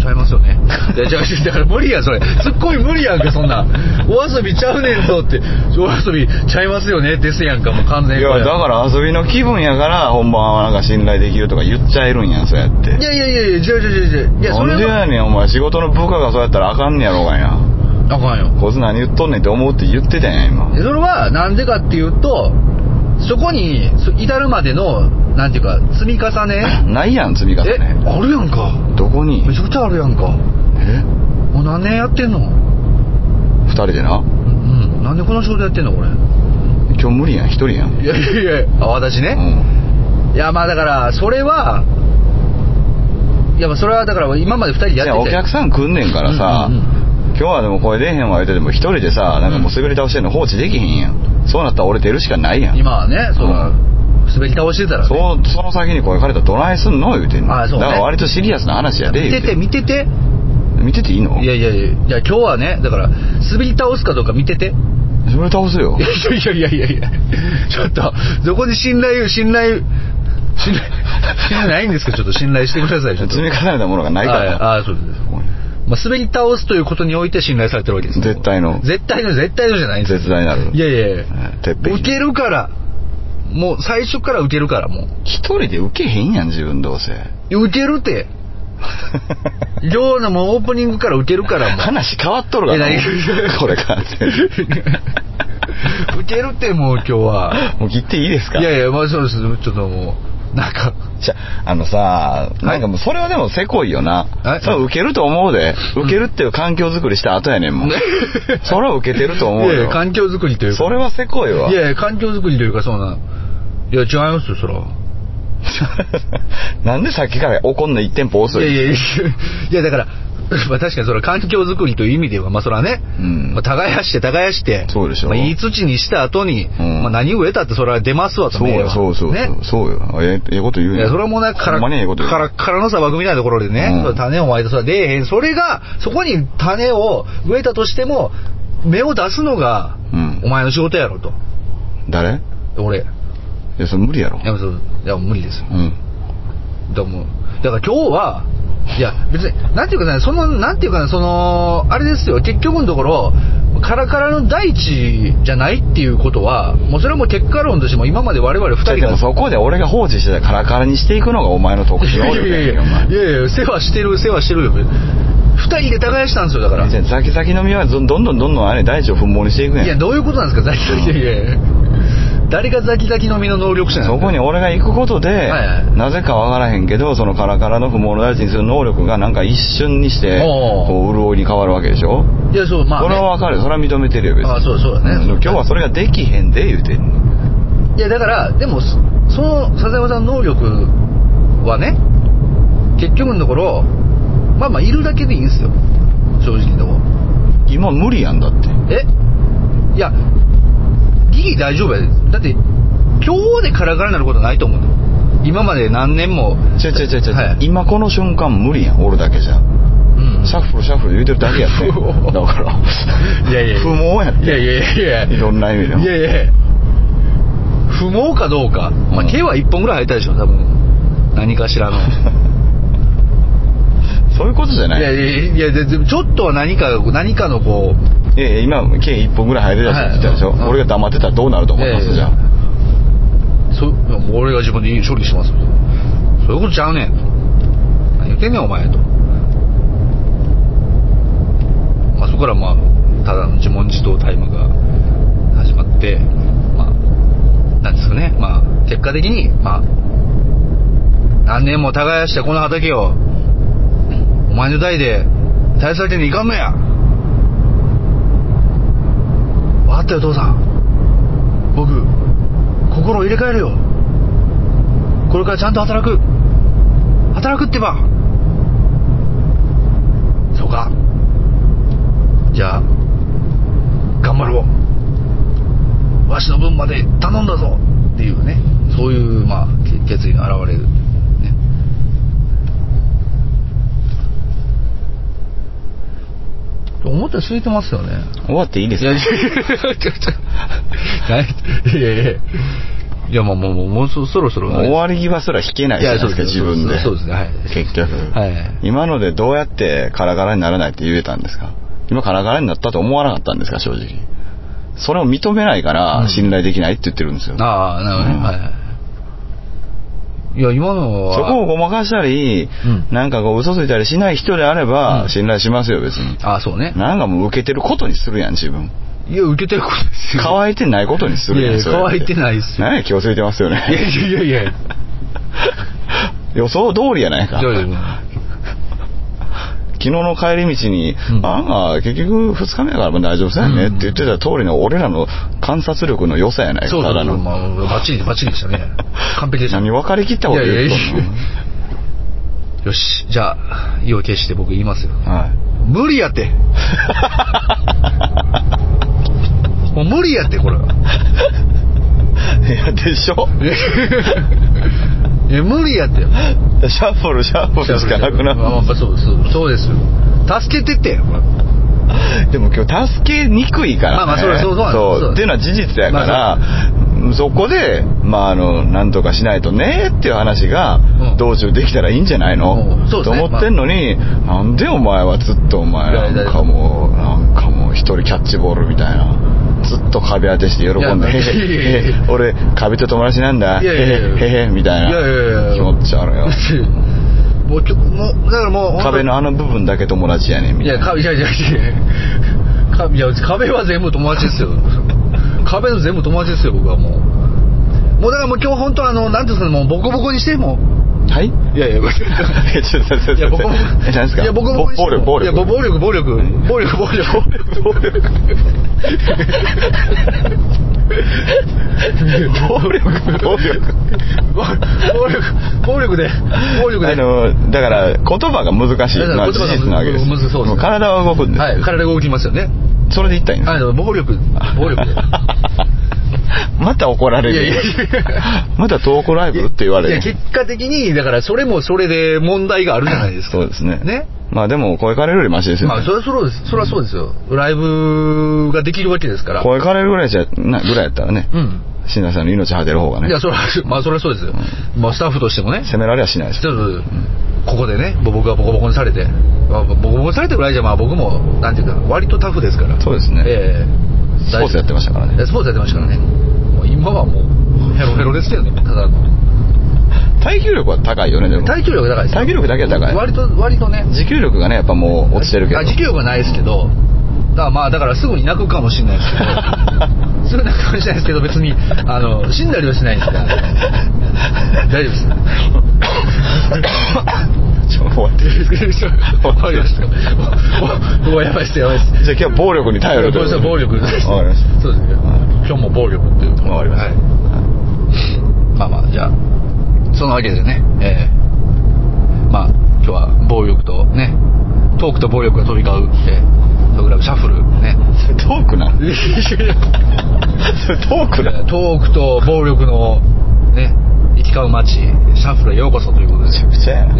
Speaker 3: ちゃいますよねいや違う違うだから無理やんそれツッコミ無理やんかそんなお遊びちゃうねんぞってお遊びちゃいますよねですやんかもう完全
Speaker 1: い
Speaker 3: に
Speaker 1: や
Speaker 3: これ
Speaker 1: だから遊びの気分やから本番はなんか信頼できるとか言っちゃえるんやそうやって
Speaker 3: いやいやいやいや違う違う違う違ういや
Speaker 1: な
Speaker 3: それ
Speaker 1: んで
Speaker 3: は
Speaker 1: やねんお前仕事の部下がそうやったらあかんねやろうがいな
Speaker 3: あかんよ
Speaker 1: こいつ何言っとんねんって思うって言ってたやん今
Speaker 3: でそれはなんでかっていうとそこにそ至るまでのなんていうか積み重ね
Speaker 1: ないやん積み重
Speaker 3: え
Speaker 1: ね
Speaker 3: あるやんか
Speaker 1: どこに
Speaker 3: めちゃくちゃあるやんか
Speaker 1: え
Speaker 3: もう何年やってんのうん
Speaker 1: 二人でな
Speaker 3: うんなんでこの仕事やってんのこれ
Speaker 1: 今日無理やん一人やん
Speaker 3: いやいやいやあ私ね、
Speaker 1: うん
Speaker 3: いやまあだからそれはやっぱそれはだから今まで2人でや
Speaker 1: いや
Speaker 3: っ
Speaker 1: お
Speaker 3: てて
Speaker 1: 客さん来んねんからさ、
Speaker 3: うんうんうん
Speaker 1: 今日はでも声出えへんわ言うてでも一人でさなんかもう滑り倒してんの放置できへんやんそうなったら俺出るしかないやん
Speaker 3: 今はねそうだ、
Speaker 1: う
Speaker 3: 滑り倒してたら、ね、
Speaker 1: そうその先に声かれたらどないすんの言うてんの
Speaker 3: あそうね
Speaker 1: だから割とシリアスな話やで
Speaker 3: 見
Speaker 1: 言
Speaker 3: て
Speaker 1: うて
Speaker 3: て見てて
Speaker 1: 見てていいの
Speaker 3: いやいやいやいや今日はねだから滑り倒すかどうか見て て
Speaker 1: 滑り倒すよ
Speaker 3: いやいやいやいやいやちょっとどこに信頼信頼信頼信頼ないんですけどちょっと信頼してくださいちょっと
Speaker 1: 積み重ねたものがないから
Speaker 3: ああそうです、まあ、滑り倒すということにおいて信頼されてるわけですよ
Speaker 1: 絶対の
Speaker 3: 絶対の絶対のじゃないんですよ
Speaker 1: 絶大なる
Speaker 3: いやいやい
Speaker 1: う
Speaker 3: や
Speaker 1: んてっぺんに
Speaker 3: 受けるからもう最初から受けるからも
Speaker 1: 一人で受けへんやん自分どうせ
Speaker 3: う受ける って今日のもうオープニングから受けるからもう
Speaker 1: 話変わっとるか
Speaker 3: い
Speaker 1: ら
Speaker 3: や何
Speaker 1: これからって
Speaker 3: 受けるってもう今日は
Speaker 1: もう切っていいですか
Speaker 3: いやいやまあそうですちょっともうなんか
Speaker 1: じゃあのさなんかもうそれはでもせこいよな、
Speaker 3: はい
Speaker 1: それは受けると思うで受けるっていう環境づくりした後やねんもん、
Speaker 3: ね
Speaker 1: それは受けてると思う
Speaker 3: い
Speaker 1: よ
Speaker 3: やいや環境づくりというか
Speaker 1: それはせこいわ
Speaker 3: いやいや環境づくりというかそうないや違いますよそら
Speaker 1: なんでさっきから怒んの1店舗遅
Speaker 3: いやい
Speaker 1: い
Speaker 3: やいやいやだから まあ確かにそれは環境づくりという意味ではまあそれはね、
Speaker 1: うん
Speaker 3: まあ、耕して耕して
Speaker 1: そうでしょ
Speaker 3: まあ、いい土にした後に、
Speaker 1: ん
Speaker 3: まあ、何植えたってそれは出ますわと
Speaker 1: そう
Speaker 3: 芽
Speaker 1: や
Speaker 3: は
Speaker 1: そうそうそう、
Speaker 3: ね
Speaker 1: そうよええええこと言う
Speaker 3: い
Speaker 1: ね
Speaker 3: や、それはもうね、か
Speaker 1: ほ
Speaker 3: ら、
Speaker 1: んまにええこと言う
Speaker 3: カラッカラの砂漠みたいなところでね、
Speaker 1: うん
Speaker 3: 種をまいて、それは出えへん。それが、そこに種を植えたとしても、芽を出すのが、
Speaker 1: うん
Speaker 3: お前の仕事やろと。
Speaker 1: 誰い
Speaker 3: 俺、い
Speaker 1: やそれ無理やろ
Speaker 3: や、そういや無理ですよ。
Speaker 1: うん
Speaker 3: だからもうだから今日は、いや、別に、なんていうかね、その、なんていうかね、その、あれですよ、結局のところ、カラカラの大地じゃないっていうことは、もうそれはもう結果論としても、今まで我々二
Speaker 1: じゃあ
Speaker 3: 人
Speaker 1: で
Speaker 3: が
Speaker 1: もそこで俺が放置してたらカラカラにしていくのがお前の特
Speaker 3: い
Speaker 1: 殊
Speaker 3: や
Speaker 1: 能
Speaker 3: いや
Speaker 1: 力
Speaker 3: い
Speaker 1: や
Speaker 3: やい
Speaker 1: ねん
Speaker 3: や
Speaker 1: お前
Speaker 3: いやいや世話してる世話してるよ二人で耕したんですよだからい
Speaker 1: じゃあザキザキの実はどんどんどんどんあれ大地を粉毛にしていくやん
Speaker 3: やどういうことなんですかザキザキいやいや誰がザキザキの実の能力者な
Speaker 1: そ
Speaker 3: ん
Speaker 1: こに俺が行くことで、
Speaker 3: いはい
Speaker 1: なぜかわからへんけどそのカラカラの不毛の大事にする能力がなんか一瞬にして
Speaker 3: おう
Speaker 1: こう潤いに変わるわけでしょ、
Speaker 3: いやそうまあ、
Speaker 1: これはわかるそれは認めてるよ別に
Speaker 3: あそうそうだね
Speaker 1: んでも今日はそれができへんで言うてんの
Speaker 3: いやだからでもそその笹山さんの能力はね結局のところまあまあいるだけでいいんですよ正直のとこ
Speaker 1: 今無理やんだって
Speaker 3: ろえいやギリ大丈夫やでだって今日でカラカラになることないと思うの今まで何年も
Speaker 1: 違う違う違う違う、
Speaker 3: はい
Speaker 1: 今この瞬間無理やん俺だけじゃ
Speaker 3: うん
Speaker 1: シャッフルシャッフル言うてるだけやって だから
Speaker 3: いやいや
Speaker 1: 不毛やって
Speaker 3: いやいやい や
Speaker 1: いろんな意味でも
Speaker 3: いやいやいや不毛かどうか、まあ
Speaker 1: うん
Speaker 3: 手は一本ぐらい生えたでしょ多分何かしらの
Speaker 1: そういうことじゃない
Speaker 3: いやいやいやででもちょっとは何か何かのこう
Speaker 1: いやいや今計1本ぐらい入れたって言ってたでしょ、
Speaker 3: はいうん
Speaker 1: 俺が黙ってたらどうなると思います
Speaker 3: いやい
Speaker 1: じ
Speaker 3: や
Speaker 1: ゃ
Speaker 3: いや
Speaker 1: あ
Speaker 3: そもう俺が自分で処理しますそういうことちゃうねん何言ってんねんお前とまあそこからまあただの自問自答タイムが始まってまあなんですかねまあ結果的にまあ何年も耕したこの畑をお前の代で大されてにいかんのや分かったよ父さん僕心を入れ替えるよこれからちゃんと働く働くってばそうかじゃあ頑張ろうわしの分まで頼んだぞっていうねそういうまあけ決意の表れる、ね、思ったより空いてますよね
Speaker 1: 終わっていいです
Speaker 3: い
Speaker 1: か
Speaker 3: や、いやいやちょちょ何 いやいやいや。いや、もう、もう、もう、もうそそろそろ。
Speaker 1: 終わり際すら弾けないじゃないですか
Speaker 3: いや
Speaker 1: 自
Speaker 3: そうです
Speaker 1: 分で
Speaker 3: そうですねはい
Speaker 1: 結局
Speaker 3: はい
Speaker 1: 今のでどうやってカラカラにならないって言えたんですか今カラカラになったと思わなかったんですか正直それを認めないか
Speaker 3: うん
Speaker 1: ら信頼できないって言ってるんですよ、
Speaker 3: ああ、なるほどね。
Speaker 1: うん
Speaker 3: はい。いや、今のは。
Speaker 1: そこをごまかしたり、
Speaker 3: うん
Speaker 1: なんかこう嘘ついたりしない人であれ
Speaker 3: うん
Speaker 1: ば信頼しますよ別に、
Speaker 3: ああ、そうね。
Speaker 1: なんかもう受けてることにするやん自 分
Speaker 3: いや、受けてることですよ。
Speaker 1: 乾いてないことにするや
Speaker 3: い
Speaker 1: ん
Speaker 3: やいや
Speaker 1: それっ
Speaker 3: 乾いてないっすよ
Speaker 1: 何や気をついてますよ
Speaker 3: いや
Speaker 1: ね
Speaker 3: いやいやいや。
Speaker 1: 予想通りやないか
Speaker 3: いやいや
Speaker 1: 昨日の帰り道に、
Speaker 3: うん
Speaker 1: ああ結局2日目だからまあ大丈夫そうやねって言ってた通りの俺らの観察力の良さやないか
Speaker 3: そうだ
Speaker 1: ただ
Speaker 3: な。
Speaker 1: の
Speaker 3: まあ、バッチリ、バッチリでしたね。完璧でした。
Speaker 1: 何分かりきったこと
Speaker 3: いやい
Speaker 1: 言
Speaker 3: や
Speaker 1: う
Speaker 3: い
Speaker 1: と
Speaker 3: や
Speaker 1: んの
Speaker 3: よし、じゃあ、意を決して僕言いますよ。
Speaker 1: はい。
Speaker 3: 無理やって もう無理やって、これは。
Speaker 1: いや、でし ょ
Speaker 3: いや無理やってよ。
Speaker 1: シャッフル、シャッフルしかなくな
Speaker 3: まあ
Speaker 1: る。
Speaker 3: まあそうそうそうですよ。助けてってよ。
Speaker 1: でも今日助けにくいから、ね。
Speaker 3: まあまあそれそうそうなんですそう
Speaker 1: っていうのは事実やから、
Speaker 3: ま
Speaker 1: そこで、まああの、なんとかしないとねっていう話が
Speaker 3: うん、
Speaker 1: 道中できたらいいんじゃないの、
Speaker 3: うんそうですね
Speaker 1: と思ってんのに、なんでお前はずっとお前
Speaker 3: いやいや
Speaker 1: なんかもう、なんかもう一人キャッチボールみたいな。ずっと壁当てして喜んで、
Speaker 3: いやいやいやいや
Speaker 1: へへへ俺、壁と友達なんだ、
Speaker 3: いやいやいや
Speaker 1: へへへへ、みたい
Speaker 3: いやいやい
Speaker 1: な
Speaker 3: や
Speaker 1: 気持ちあ るよ。
Speaker 3: もうちょもうだからもう本当
Speaker 1: 壁のあの部分だけ友達やねんみ
Speaker 3: い
Speaker 1: たい
Speaker 3: や
Speaker 1: な
Speaker 3: 壁いやいやいや壁いや壁は全部友達ですよ。 壁の全部友達ですよ僕はもう。もうだからもう今日本当あのなんていうんですかねもうボコボコにしてもう。
Speaker 1: はいい やいやちょっとちょっと
Speaker 3: い
Speaker 1: ち
Speaker 3: や
Speaker 1: ょっと
Speaker 3: 僕も
Speaker 1: え何ですか
Speaker 3: いや僕も
Speaker 1: ぼ暴力暴力
Speaker 3: いやぼ暴力暴力暴力暴力
Speaker 1: 暴力暴力暴力
Speaker 3: 暴力暴力で暴力で
Speaker 1: あのだから言葉が難しい
Speaker 3: だから
Speaker 1: のは
Speaker 3: 言葉が
Speaker 1: 事実なわけです
Speaker 3: むずそうで
Speaker 1: も
Speaker 3: す
Speaker 1: う体は動くんです、
Speaker 3: はい体が動きますよね
Speaker 1: それで言ったらいいんです
Speaker 3: あの暴力暴力で
Speaker 1: また怒られる
Speaker 3: いやいやいや
Speaker 1: またトークライブって言われる
Speaker 3: いや結果的にだからそれもそれで問題があるじゃないですか
Speaker 1: そうですね
Speaker 3: ね
Speaker 1: まあでも声かれるよりマシですよ、ね
Speaker 3: まあそれはそうですそれはそうですよライブができるわけですから
Speaker 1: 声かれるぐらいじゃなぐらいやったらね
Speaker 3: うん
Speaker 1: 信田さんの命果てる方がね
Speaker 3: いやそれはまあそれはそうですよまあスタッフとしてもね
Speaker 1: 責められはしないです
Speaker 3: ちょっと、ここでね、ぼ僕がボコボコにされて、まあボコボコにされてぐらいじゃ、まあ僕も、なんていうか、割とタフですから。
Speaker 1: そうですね
Speaker 3: ええ
Speaker 1: スポーツやってましたからね
Speaker 3: えスポーツやってましたからね。もう今はもう、ヘロヘロですけどね、ただの。
Speaker 1: 耐久力は高いよねでも
Speaker 3: 耐久力高いです。
Speaker 1: 耐久力だけは高い
Speaker 3: 割と、割とね。
Speaker 1: 持久力がねやっぱもう落ちてるけど
Speaker 3: あ 持久力はないですけど、だからまあ、だからすぐに泣くかもしれないですけど。 すぐ泣くかもしれないですけど、別に、あの、死んだりはしないですから。大丈夫です。
Speaker 1: ちょ終わってる
Speaker 3: 終わりました。おおおやばいっすやばいっす。
Speaker 1: じゃあ今日は暴力に頼るということで
Speaker 3: 暴力
Speaker 1: わかりました
Speaker 3: そうですね今日も暴力っていう
Speaker 1: わかりました
Speaker 3: はいまあまあじゃあそのわけでねえーまあ今日は暴力とねトークと暴力が飛び交うえートークライブシャッフル ね
Speaker 1: それトークなのそれトークなの
Speaker 3: トークと暴力のね行き交う街シャッフルへようこそということで
Speaker 1: めちゃくちゃやな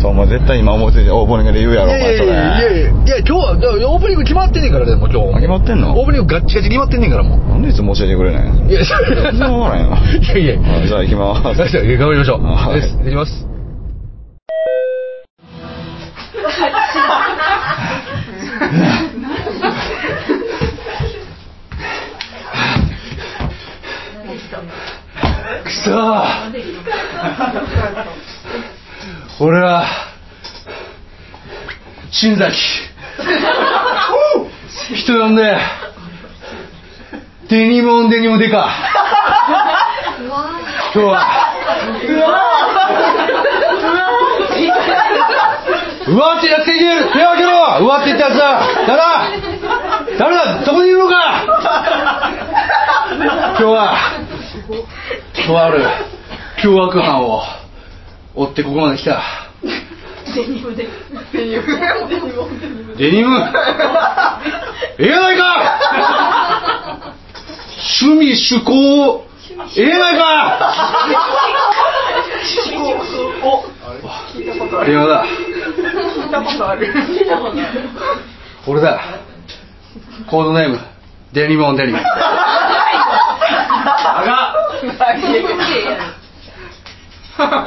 Speaker 1: そうお前絶対今思いついてオープニングで言うやろお
Speaker 3: いや
Speaker 1: 前
Speaker 3: い
Speaker 1: そ
Speaker 3: やいやい
Speaker 1: れ
Speaker 3: やいや今日はだからオープニング決まってんねんからでも今日
Speaker 1: あ決まってんの
Speaker 3: オープニングガッチガチ決まってんねんか らもう
Speaker 1: なんでいつも教えてくれないの
Speaker 3: いや、
Speaker 1: 全然わからんよ
Speaker 3: いやい
Speaker 1: は
Speaker 3: や。
Speaker 1: いじゃあ行きます
Speaker 3: じゃあ頑張りましょう。
Speaker 1: はい
Speaker 3: です行きます。くそー俺は新崎人呼んでデニモンデニモデカ今日はうわーってやっていける手を挙げろうわーって言ったやつだ誰だ誰だどこにいるのか今日はとある凶悪犯を追ってここまで来たデニムええやないか趣味趣向ええやないか電話だ俺だコードネームデニムオンデニム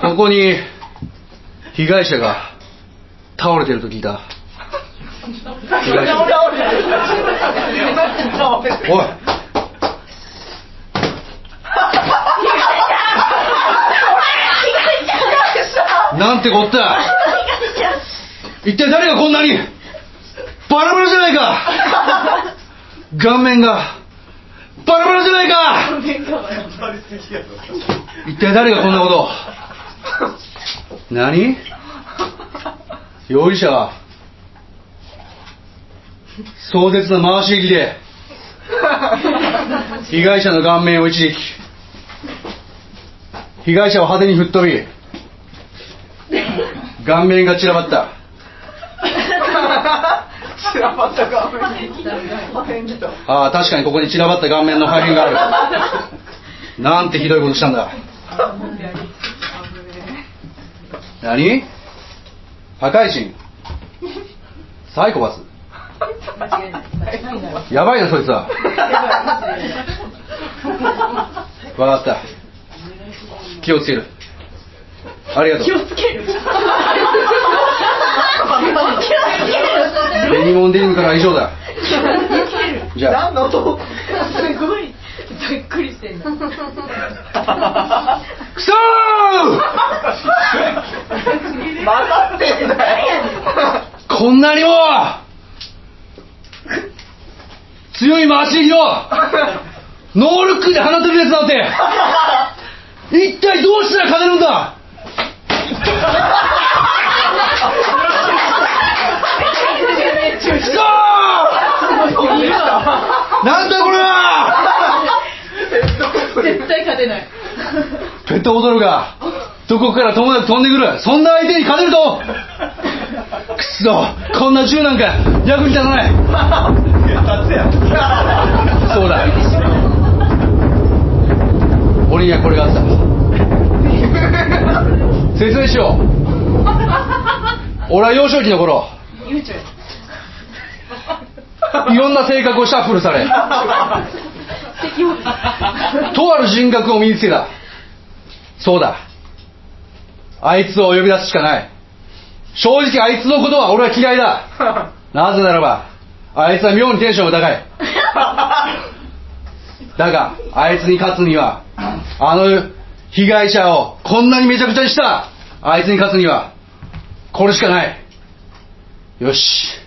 Speaker 3: ここに被害者が倒れてると聞いた被害者おいなんてこった一体誰がこんなにバラバラじゃないか顔面がバラバラじゃないか一体誰がこんなこと何容疑者は壮絶な回し撃きで被害者の顔面を一撃被害者は派手に吹っ飛び顔面が散らばった。
Speaker 1: 散らばった顔面に破片来た
Speaker 3: ああ、確かにここに散らばった顔面の破片がある。なんてひどいことしたんだ。何破壊神サイコパスやばいな、そいつは。わかった。気をつける。ありがとう。ベニモンデニムからは以上だ。じゃあ
Speaker 1: 何。の音すごい
Speaker 3: くそー
Speaker 1: 混ざってんだよ
Speaker 3: こんなにも強い回し引きのノールックで放てるやつなんて一体どうしたら勝てるんだくそーなんだこれは
Speaker 4: 絶対勝てない。
Speaker 3: ペットボトルがどこからともなく飛んでくるそんな相手に勝てるとくそこんな銃なんか役に立たないそうだ俺にはこれがあった説明しよう俺は幼少期の頃いろんな性格をシャッフルされとある人格を身につけたそうだあいつを呼び出すしかない正直あいつのことは俺は嫌いだなぜならばあいつは妙にテンションが高いだがあいつに勝つにはあの被害者をこんなにめちゃくちゃにしたあいつに勝つにはこれしかないよし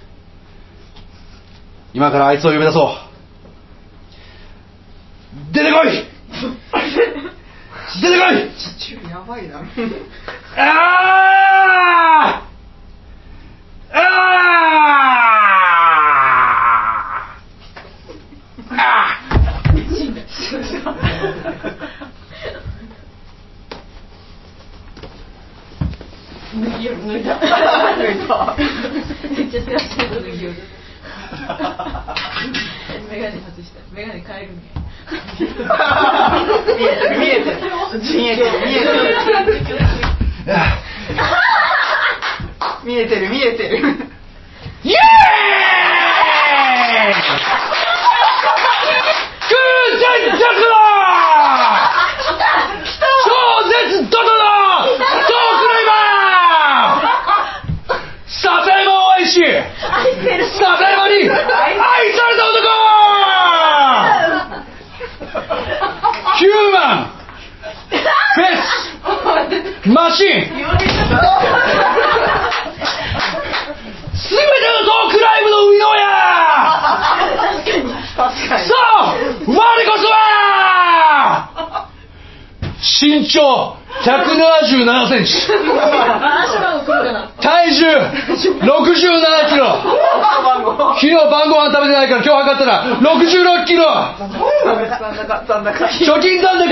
Speaker 3: 今からあいつを呼び出そう出 てこい出てこい
Speaker 1: やばいな
Speaker 3: あーあーあ
Speaker 4: めっちゃ照らしてる時よ。メガネ外した。メガネ変えるね。
Speaker 1: 見えてる見えてる陣営見えてる見えてる見えてる
Speaker 3: イエーイ空前絶後だ超絶怒涛のトークライバーサザエマを愛しサザエマに愛された男ヒューマンフェスマシン全てのトークライブの生みの親
Speaker 1: 確かに
Speaker 3: そう我こそは身長177センチ
Speaker 4: 話は送るかな。
Speaker 3: 体重67キロ
Speaker 1: 番号
Speaker 3: 昨日晩ご飯食べてないから今日測ったら66キロ
Speaker 1: 残高残高
Speaker 3: 貯金残高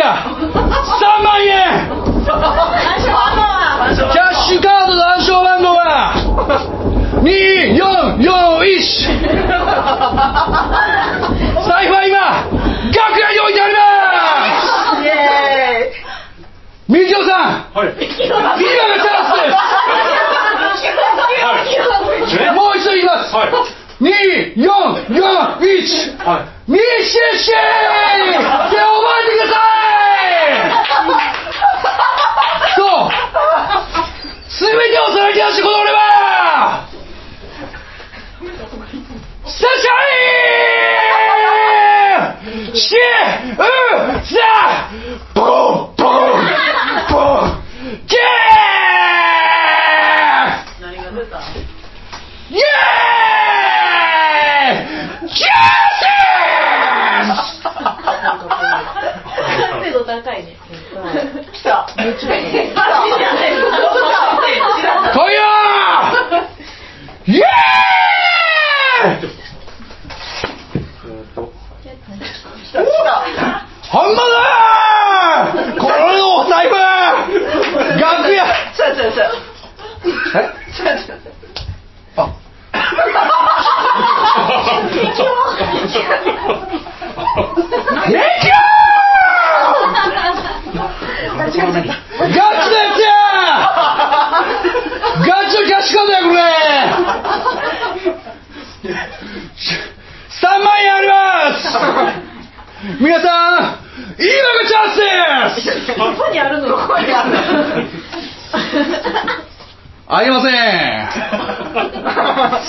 Speaker 3: 3万円
Speaker 4: 最初は
Speaker 3: キャッシュカードの暗証番号は2441財布は今楽屋に置いてあります
Speaker 1: イエ
Speaker 3: みきおさん、今がチャンスです、もう一度言います、二四2、4、4、1、ミシェシェーって覚えてくださいそうすべてをさらけ出してこの俺はスタジャイシェウザボンボンボンゲ
Speaker 1: ー
Speaker 3: ー
Speaker 1: イ何が出た
Speaker 3: イエーイジュース
Speaker 4: まだ精度高いね。
Speaker 1: 来た来た
Speaker 3: 来いよーイエーイ
Speaker 1: 来た来た
Speaker 3: 本物だーこの財布楽
Speaker 1: 違
Speaker 3: 屋
Speaker 1: う違う違う
Speaker 3: え皆さん今がチャンスです
Speaker 4: どこにあるのよこにあるの
Speaker 3: ありません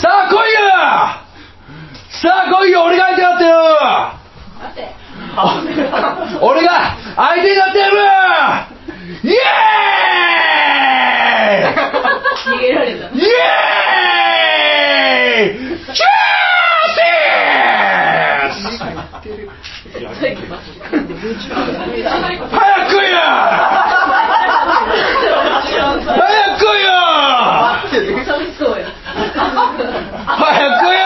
Speaker 3: さあ来いよさあ来いよ俺が相手になってや
Speaker 4: 待って
Speaker 3: る俺が相手になってやるイエーイ
Speaker 4: 逃げられた
Speaker 3: イエーイチャース
Speaker 4: 絶対来ます
Speaker 3: 早く来いよ早く来いよ
Speaker 4: 寒そうや
Speaker 3: 早く来いよ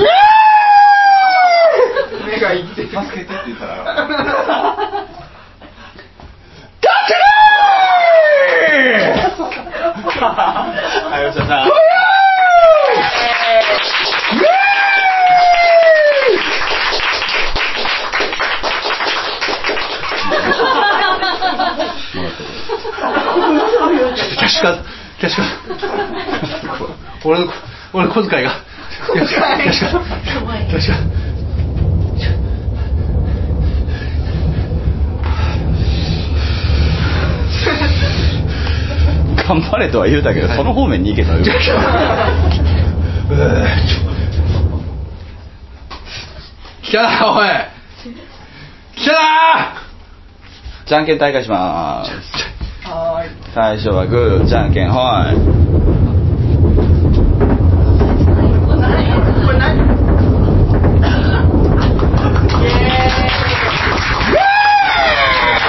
Speaker 3: イエーイ
Speaker 5: 目が生きてる助けてって言ったら
Speaker 3: 立ち
Speaker 5: はい吉田さん
Speaker 3: キャシカキャシカ俺の俺の小遣いがキャシカキャシカキャシカ
Speaker 1: 頑張れとは言うたけど、その方面に行けたらよかった
Speaker 3: 来たなおい来たな
Speaker 1: じゃんけん大会します最初はグーじゃんけんほい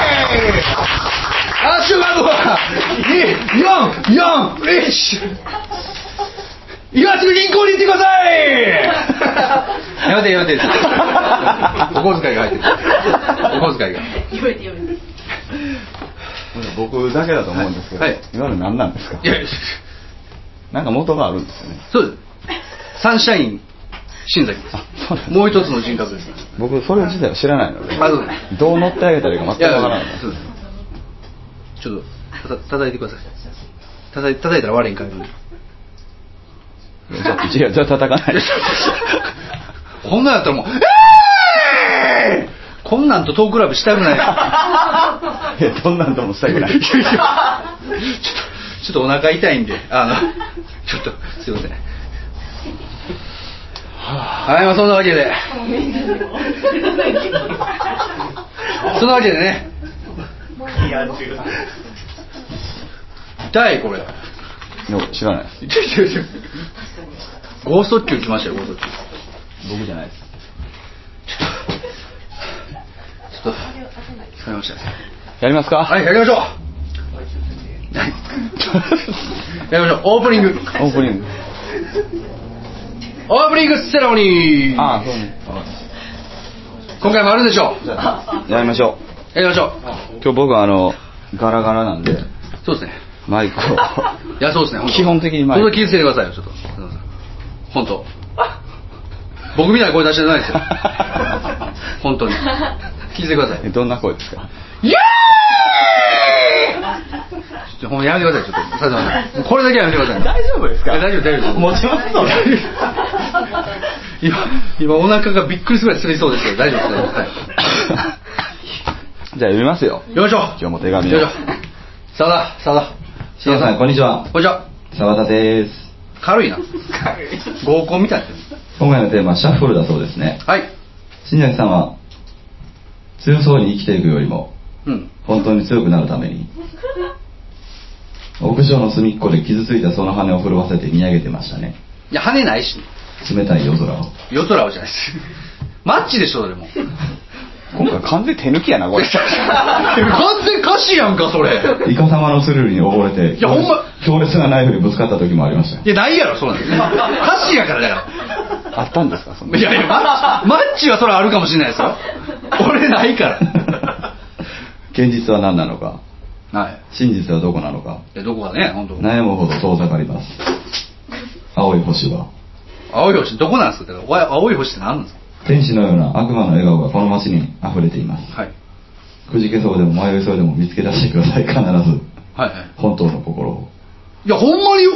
Speaker 3: アッシュバグは241今すぐ銀行に行ってくださいやめてやめてお小遣いが入ってるお小遣いが
Speaker 4: 言めて言めて
Speaker 1: 僕だけだと思うんですけど、
Speaker 3: はい
Speaker 1: い
Speaker 3: はい
Speaker 1: わゆる何なんですか
Speaker 3: いや
Speaker 1: なんか元があるんですよね
Speaker 3: そうですサンシャイン新崎ですもう一つの人格です
Speaker 1: 僕それ自体は知らないので
Speaker 3: あそうで
Speaker 1: どう乗ってあげたらいいか全
Speaker 3: い
Speaker 1: く
Speaker 3: や
Speaker 1: わからない
Speaker 3: そうですちょっとたた叩いてください叩い叩いたら悪いんかい
Speaker 1: いやじゃあじゃあ叩かないです
Speaker 3: こんなんやったらもう「えーいこんなんとトークライブしたくない
Speaker 1: いやどんなんともしたくない
Speaker 3: ちょっとお腹痛いんであのちょっとすいませんはいまあそんなわけで そんなわけでね痛いこれ
Speaker 1: いや知らないです
Speaker 3: 痛い痛い痛い剛速球来ましたよ剛速球
Speaker 1: 僕じゃないです
Speaker 3: ちょっと疲れましたね
Speaker 1: やりますか
Speaker 3: はいやりましょうはいやりましょうオープニング
Speaker 1: オープニング
Speaker 3: オープニングセレモニー
Speaker 1: ああそうね
Speaker 3: 今回もあるでしょう
Speaker 1: やりましょ
Speaker 3: やりましょ
Speaker 1: う今日僕はあのガラガラなんで
Speaker 3: うそうですね
Speaker 1: マイクを
Speaker 3: いやそうですね
Speaker 1: 基本的に
Speaker 3: マ
Speaker 1: マ
Speaker 3: イ
Speaker 1: イ
Speaker 3: ク
Speaker 1: ク
Speaker 3: 本当気をつけてくださいよちょっと本当僕みたいな声出して ないですよ本当に気をつけてください
Speaker 1: えどんな声ですか
Speaker 3: イエーイちょっとほんまやめてくださいちょっと佐藤さんもうこれだけはやめてください、
Speaker 1: 丈夫です
Speaker 3: いや大丈夫大丈夫です
Speaker 1: 持ちますそれ
Speaker 3: 今今お腹がびっくりするぐらいすりそうですけど大丈夫ですか、はい、
Speaker 1: じゃあ読みますよ
Speaker 3: よいしょ
Speaker 1: 今日も手紙を
Speaker 3: よいしょさださだ
Speaker 1: しんさんこんにちは
Speaker 3: こんにちは
Speaker 1: 澤田です
Speaker 3: 軽いな合コンみたいな
Speaker 1: 今回のテーマはシャッフルだそうですね
Speaker 3: はい
Speaker 1: 新崎さんは強そうに生きていくよりも
Speaker 3: うん
Speaker 1: 本当に強くなるために屋上の隅っこで傷ついたその羽を震わせて見上げてましたね
Speaker 3: いや羽ないし
Speaker 1: 冷たい夜空を
Speaker 3: 夜空をじゃないですマッチでしょそれもう
Speaker 1: 今回完全手抜きやなこ れ
Speaker 3: 完全歌詞やんかそれ
Speaker 1: イカ様のスルルに溺れて
Speaker 3: いやほんま
Speaker 1: 強烈なナイフにぶつかった時もありましたよ
Speaker 3: いやないやろそうなんです歌詞やからだから
Speaker 1: あったんですかそんない
Speaker 3: やいや、マッチマッチはそれはあるかもしれないですよ。俺ないから。
Speaker 1: 現実は何なのか
Speaker 3: はい。
Speaker 1: 真実はどこなのか
Speaker 3: え、どこがね、本当。
Speaker 1: 悩むほど遠ざかります青い星は
Speaker 3: 青い星、どこなんですか。だからおや青い星って何なんです
Speaker 1: 天使のような悪魔の笑顔がこの街に溢れています
Speaker 3: か。はい。
Speaker 1: くじけそうでも迷いそうでも見つけ出してください必ず
Speaker 3: はいはい。
Speaker 1: 本当の心を
Speaker 3: いや、ほんまによ。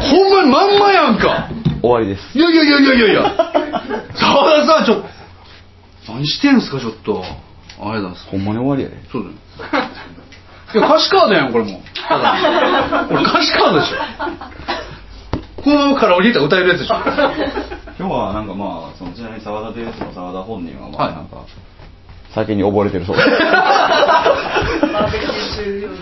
Speaker 3: ほんまにまんまやんか。
Speaker 1: 終わりです
Speaker 3: いやいやいやいやいやいや。澤田さん、ちょ、何してんすか、ちょっと。あれだ、
Speaker 1: ほんまに終わりやで。
Speaker 3: そうだよ。いや、歌詞カードやん、これもう。ただのこれ歌詞カードでしょ。このままカラオケ行ったら歌えるやつでしょ。
Speaker 1: 今日はなんかまあ、そのちなみに沢田ベースの沢田本人はま
Speaker 3: は
Speaker 1: あ
Speaker 3: い
Speaker 1: なんか、酒に溺れて るそうです。
Speaker 4: バーベキュー終了です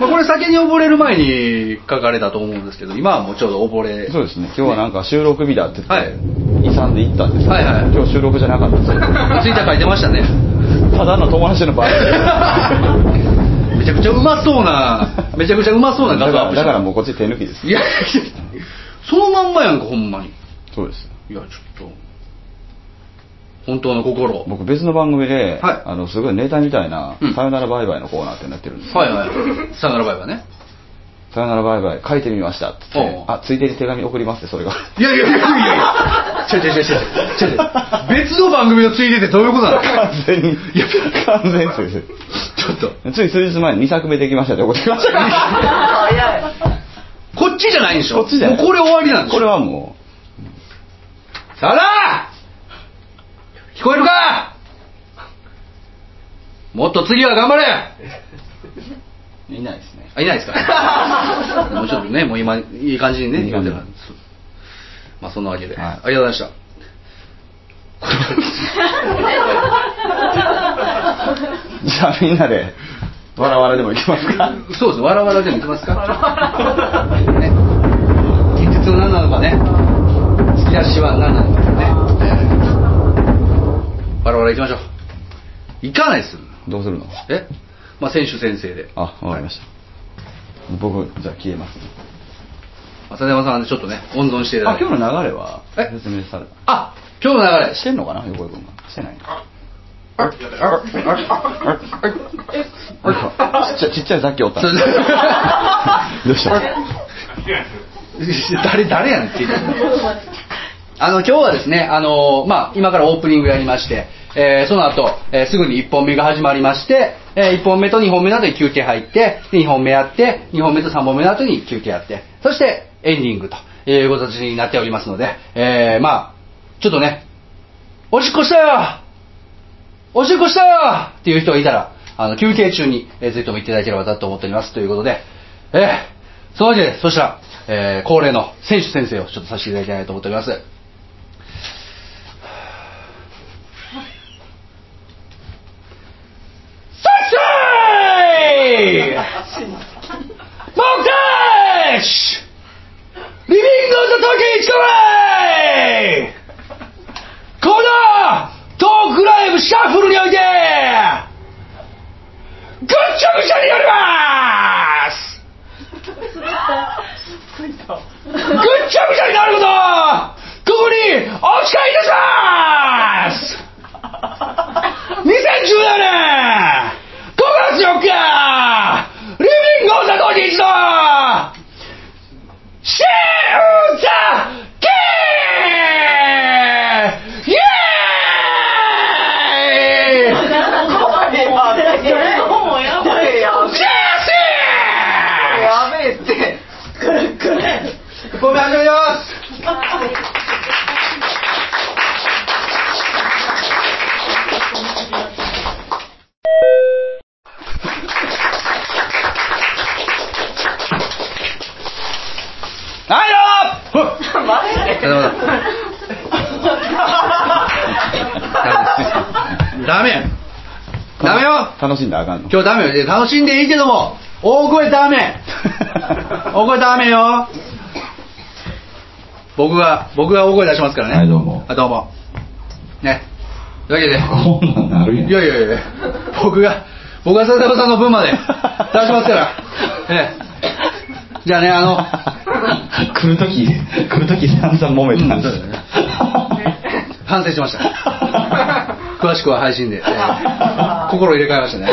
Speaker 3: まあ、これ先に溺れる前に書かれたと思うんですけど、今はもうちょうど溺れ。
Speaker 1: そうですね。今日はなんか収録日だって言って、
Speaker 3: はい
Speaker 1: 遺産で行ったんですけど
Speaker 3: はいはい
Speaker 1: 今日収録じゃなかったんですよ。
Speaker 3: ツイッター書いてましたね。
Speaker 1: ただの友達の場合。
Speaker 3: めちゃくちゃうまそうな、めちゃくちゃうまそうな
Speaker 1: だか
Speaker 3: 画像アッ
Speaker 1: ら
Speaker 3: プ
Speaker 1: だ
Speaker 3: して
Speaker 1: からもうこっち手抜きです。
Speaker 3: いやいや、そのまんまやんか、ほんまに。い
Speaker 1: そうです。
Speaker 3: や、ちょっと。本当の心を。
Speaker 1: 僕別の番組で、
Speaker 3: はい
Speaker 1: あのすごいネタみたいな、
Speaker 3: うん
Speaker 1: さよならバイバイのコーナーってなってるんですよ
Speaker 3: はいはい。さよならバイバイね。
Speaker 1: さよならバイバイ書いてみましたって言って
Speaker 3: おう
Speaker 1: あついでに手紙送りますってそれが
Speaker 3: いやいやいやいやいや。違う違う違う違う違 う。別の番組のついでってどういうことなの
Speaker 1: 完全にいや完全についで
Speaker 3: ちょっと。
Speaker 1: つい数日前に2作目できましたって送ってきました
Speaker 6: 早い。
Speaker 3: こっちじゃないんでしょ
Speaker 1: こっちじゃない
Speaker 3: もうこれ終わりなんでしょ
Speaker 1: これはも
Speaker 3: さら聞こえるかもっと次は頑張れ
Speaker 1: ういないですね
Speaker 3: あいないで すかもうちょっとねもう今いい感じにね
Speaker 1: いい感じ
Speaker 3: 言うてるそうまあそんなわけで、
Speaker 1: はい
Speaker 3: ありがとうございま
Speaker 1: じゃあみんなでわらわらでもいきますか
Speaker 3: したそうですねわらわらでもいきますかね現実は何なのかね突き出しは何なのかねえーわらわらいきましょう行かないですよ
Speaker 1: どうするの
Speaker 3: えまあ選手先生で
Speaker 1: あわかりました、僕じゃあ消えます
Speaker 3: 浅山さんちょっとね温存していただい
Speaker 1: あ
Speaker 3: て
Speaker 1: 今日の流れは
Speaker 3: え
Speaker 1: 説明され
Speaker 3: あ今日の流れ
Speaker 1: してんのかな横井君がしてないちっちゃいちっちゃいさっきおったの どうした
Speaker 3: 誰誰やねんって言ってあの今日はですね、あのまあ、今からオープニングやりまして、えーその後、えーすぐに1本目が始まりまして、え1本目と2本目の後に休憩入って2本目やって2本目と3本目の後に休憩やってそしてエンディングという形になっておりますので、えーまあちょっとねおしっこしたよおしっこしたよっていう人がいたら、あの、休憩中に、えー、ぜひとも言っていただければなと思っております。ということで、えー、そのわけで、そしたら、えー、恒例の選手先生をちょっとさせていただきたいと思っております。先生僕たちリビングの時一からいこのトークライブシャッフルにおいてぐっちゃぐちゃにやりますぐっちゃぐちゃになることここにお誓いいたします2014年5月4日リビング大阪に一度シェウザキーイエーイ
Speaker 6: 怖いわ。もやばいや
Speaker 3: ジェーシー
Speaker 6: やべえって。くるくる。
Speaker 3: ごめん、始めます哎はいどうも
Speaker 6: マジで。
Speaker 3: ダメダメよ
Speaker 1: 楽しんだらあかんの
Speaker 3: 今日ダメよいや楽しんでいいけども大声 ダメ大声ダメよ僕が僕が大声出しますからね
Speaker 1: はいどうも
Speaker 3: あどうもねというわ
Speaker 1: こんなんなる
Speaker 3: け
Speaker 1: やん
Speaker 3: でいやいやいや僕が僕が笹山さんの分まで出しますからええじゃあねあの
Speaker 1: 来る時来る時散々揉めたんです、
Speaker 3: うんそうだね反省しました詳しくは配信で、ええ心を入れ替えました ね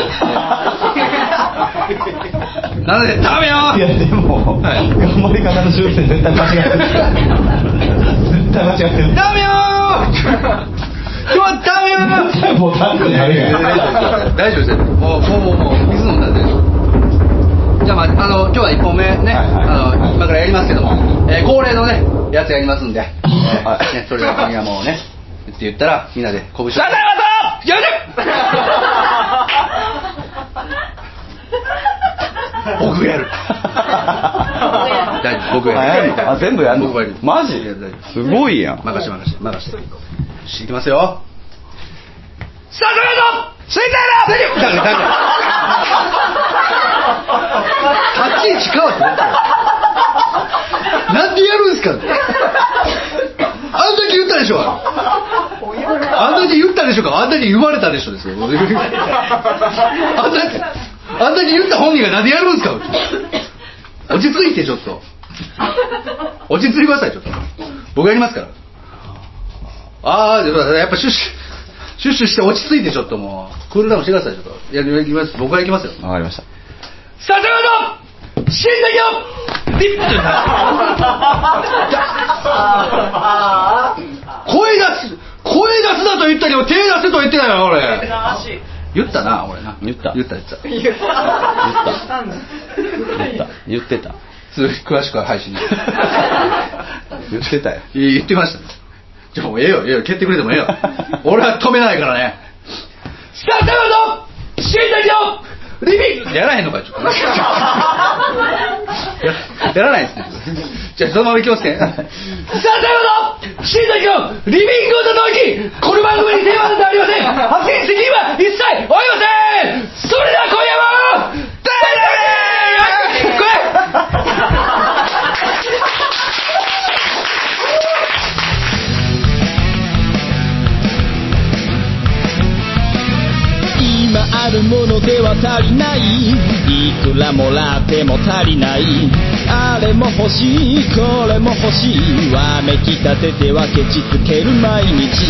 Speaker 3: ええなのでダメ
Speaker 1: い
Speaker 3: よ
Speaker 1: やでも、
Speaker 3: はい
Speaker 1: 頑張り方の修正絶対間違ってる絶対間違ってる
Speaker 3: ダメよー今日はダメよー
Speaker 1: 絶対ボタンくなるやん
Speaker 3: 大丈夫ですよもうもうもうもう水飲んだんでじゃあ,、まあ、あの今日は1本目ね、
Speaker 1: はいはい
Speaker 3: あの今からやりますけども、えー恒例のねやつやりますんで、えー
Speaker 1: はい
Speaker 3: ね、それでは今夜もねって言ったらみんなで拳を
Speaker 7: サタバトやめ
Speaker 3: 僕がやる大丈夫僕がやる
Speaker 1: あ全部やんの
Speaker 3: 僕がやる
Speaker 1: マジ
Speaker 3: いや大丈夫
Speaker 1: すごいやん
Speaker 3: 任して任して任してしいきますよスタートスイカだだからだから立ち位置変わってなったなんでやるんですかあんだけ言ったでしょあんだけ言ったでしょかあんだけ言われたでしょですよあんだけあんだけ言った本人がなんでやるんですか落ち着いてちょっと落ち着いてくださいちょっと僕やりますからああやっぱシュッシュシュッシュして落ち着いてちょっともうクールダウンしてくださいちょっといやいきます僕が行きますよ
Speaker 1: わかりました
Speaker 3: スタジオの新だよリップ声出す声出すだと言ったけど手出せと言ってないよ俺
Speaker 6: 足
Speaker 3: 言ったな俺な
Speaker 1: 言った
Speaker 3: 言った言った
Speaker 6: 言った
Speaker 1: 言った言ってた
Speaker 3: 続き詳しくは配信 で
Speaker 1: 言ってたよ
Speaker 3: いや言ってましたねじゃあもうええよええよ蹴ってくれてもええよ俺は止めないからねスタートの新大よリビン グやらへんのかちょっとややらないですねじゃあそのままいきますねスタートの新大よリビングを叩きこの番組にテーマなどありません発言責任は一切負いませんそれでは今夜は誰々来い
Speaker 8: 今あるものでは足りないいくらもらっても足りないあれも欲しいこれも欲しいわめきたててはケチつける毎日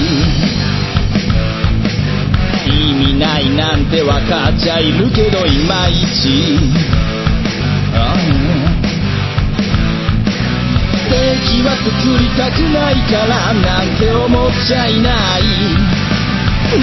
Speaker 8: 意味ないなんてわかっちゃいるけどいまいちああ敵は作りたくないからなんて思っちゃいない何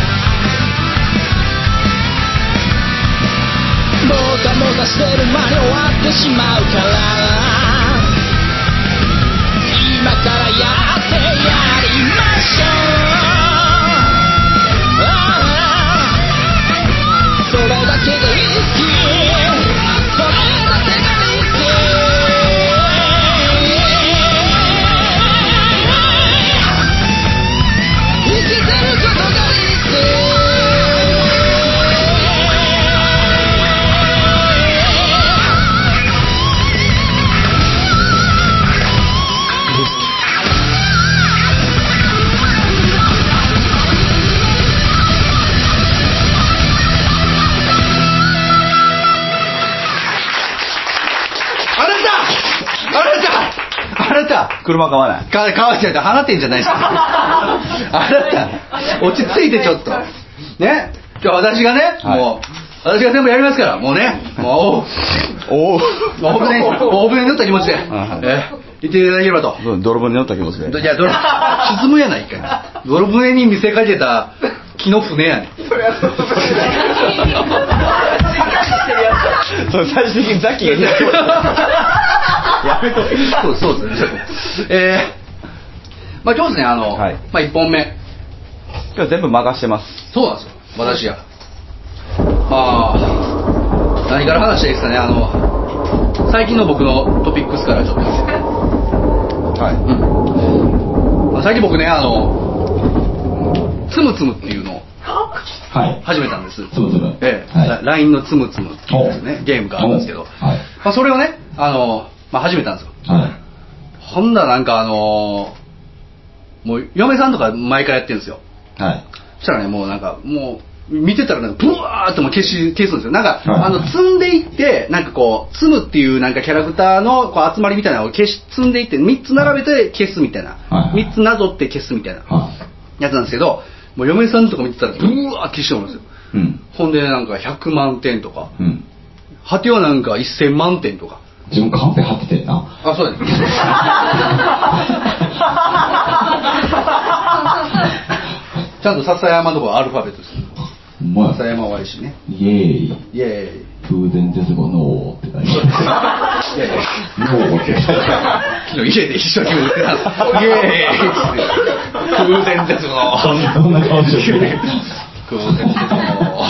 Speaker 8: もたもたしてる間に終わってしまうから今からやってやりましょうああそれだけでリスキーそれだけがリスキー生きてることがリスキー
Speaker 3: あなたあなたあなた
Speaker 1: 車買わない
Speaker 3: か、かわちゃんと放てんじゃないですか。あなた、落ち着いてちょっと。ね、今日私がね、
Speaker 1: はい
Speaker 3: もう、私が全部やりますから、もうね、
Speaker 1: お
Speaker 3: もう、オープニング、オープニングった気持ちで、え
Speaker 1: はい
Speaker 3: ー、言っていただければと。
Speaker 1: お泥棒に乗った気持ちで
Speaker 3: いや、どれ、沈むやないかい。泥船に見せかけた木の船やねん。
Speaker 1: それ最終的にザキが 言う
Speaker 3: やめとそうそうですね。えー、まあ今日ですね、あの、
Speaker 1: はい
Speaker 3: まあ一本目。
Speaker 1: 今日全部任してます
Speaker 3: そうなんですよ私やまあ何から話したらいいですかねあの最近の僕のトピックスからちょっとですね、
Speaker 1: は
Speaker 3: まあ、最近僕ねあのつむつむっていうのを
Speaker 1: いはい
Speaker 3: 始めたんです
Speaker 1: つむつむ
Speaker 3: ええ
Speaker 1: はい
Speaker 3: ラ LINE のつむつむっていうねゲームがあるんですけど、
Speaker 1: はい
Speaker 3: まあ、それをねあの、まあ、始めたんですよ
Speaker 1: はい
Speaker 3: ほんだらなんかあのもう嫁さんとか毎回やってるんですよ
Speaker 1: はい
Speaker 3: そしたらねもうなんかもう見てたらなんかブワーってもう消し消すんですよなんか、
Speaker 1: はい
Speaker 3: あの積んでいってなんかこう積むっていうなんかキャラクターのこう集まりみたいなのを消し積んでいって3つ並べて消すみたいな、
Speaker 1: はいはい
Speaker 3: 3つなぞって消すみたいな
Speaker 1: は
Speaker 3: やつなんですけどもう嫁さんとか見てたらブワーって消してもらうんですよ
Speaker 1: うん。
Speaker 3: ほんでなんか100万点とか、
Speaker 1: うん。
Speaker 3: 果てはなんか1000万点とか。
Speaker 1: 自分カンペ貼っててんな。
Speaker 3: あ、そうやね。ちゃんと笹山のとこアルファベットです。
Speaker 1: ほんま
Speaker 3: 笹
Speaker 1: や。
Speaker 3: 山はいしね。
Speaker 1: イエーイ。
Speaker 3: イェーイ。
Speaker 1: 偶然ですが、ノーって書いてあ
Speaker 3: いやいや
Speaker 1: る。ノーって。
Speaker 3: 昨日家で一緒に売ってたんですイエーイ偶然ですも
Speaker 1: そんそんな顔してる。
Speaker 3: 偶然ですも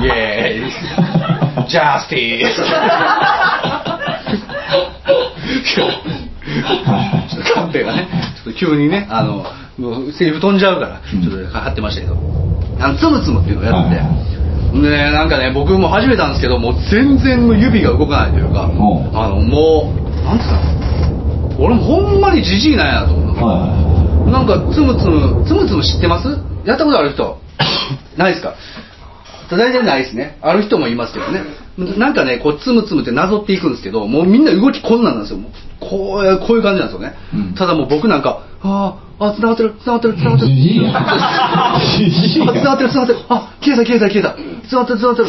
Speaker 3: イエーイジャスティスカンペがねちょっと急にねあのもうセリフ飛んじゃうから
Speaker 1: うん
Speaker 3: ちょっとかかってましたけどあのつむつむっていうのをやっ
Speaker 1: は
Speaker 3: て
Speaker 1: いはい
Speaker 3: てでねなんかね僕も始めたんですけどもう全然もう指が動かないというかあ
Speaker 1: おう
Speaker 3: のもうなんつうの俺もほんまにじじいなんやなと思う
Speaker 1: は
Speaker 3: なんかつむつむつむつむ知ってますやったことあ る人ないですか大体ないですねある人もいますけどねなんかねこうつむつむってなぞっていくんですけどもうみんな動きこんなんなんですよもうこうこういう感じなんですよね、
Speaker 1: うん
Speaker 3: ただもう僕なんかあーあ繋がってる繋がってる
Speaker 1: い
Speaker 3: 繋がっ
Speaker 1: はい。じ
Speaker 3: てる
Speaker 1: じいや。じじい
Speaker 3: あ繋が
Speaker 1: や
Speaker 3: っ。てる繋がってるあ消えた消えた消えた繋がってる繋がってる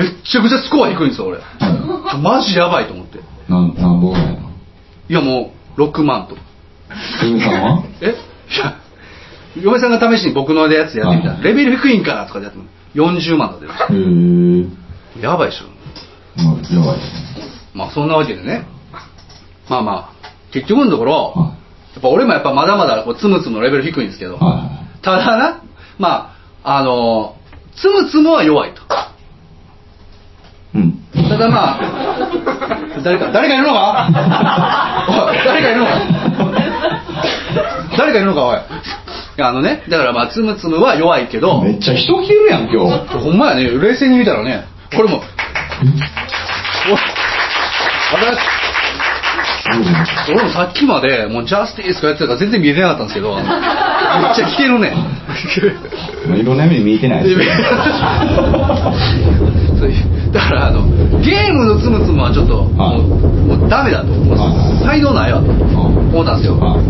Speaker 3: めっちゃくちゃスコア低いんですよ俺
Speaker 1: は
Speaker 3: マジやばいと思って
Speaker 1: いなん、なんぼぐらいなの
Speaker 3: いやもう6万とか
Speaker 1: すぐさんは
Speaker 3: えいや嫁さんが試しに僕のやつやってみたら
Speaker 1: はい
Speaker 3: レベル低いんかなとかでやっても40万だってまし
Speaker 1: へー。
Speaker 3: たやばいでしょ
Speaker 1: まあ、やばいですね。
Speaker 3: まあそんなわけでねまあまあ結局のところ
Speaker 1: は
Speaker 3: やっぱ俺もやっぱまだまだこうつむつむのレベル低いんですけ
Speaker 1: い。
Speaker 3: ど
Speaker 1: は
Speaker 3: ただなまああのつむつむは弱いと
Speaker 1: い。うん。
Speaker 3: ただまあ誰か誰かいるのかおい誰かいるのか誰かいるのかおいいやあのねだからまあつむつむは弱いけど
Speaker 1: めっちゃ人来てるやん、今日。
Speaker 3: ほんまやね、冷静に見たらね、これも。おあれ俺もさっきまで、もうジャスティスとかやってたから全然見えてなかったんですけど、めっちゃ来て るね。
Speaker 1: いろんな意味で見えてないですけ
Speaker 3: そういうだからあの、ゲームのつむつむはちょっと、
Speaker 1: はい
Speaker 3: もうもうダメだと思う。才能ないわと
Speaker 1: ど。
Speaker 3: 思ったんですよ。
Speaker 1: はい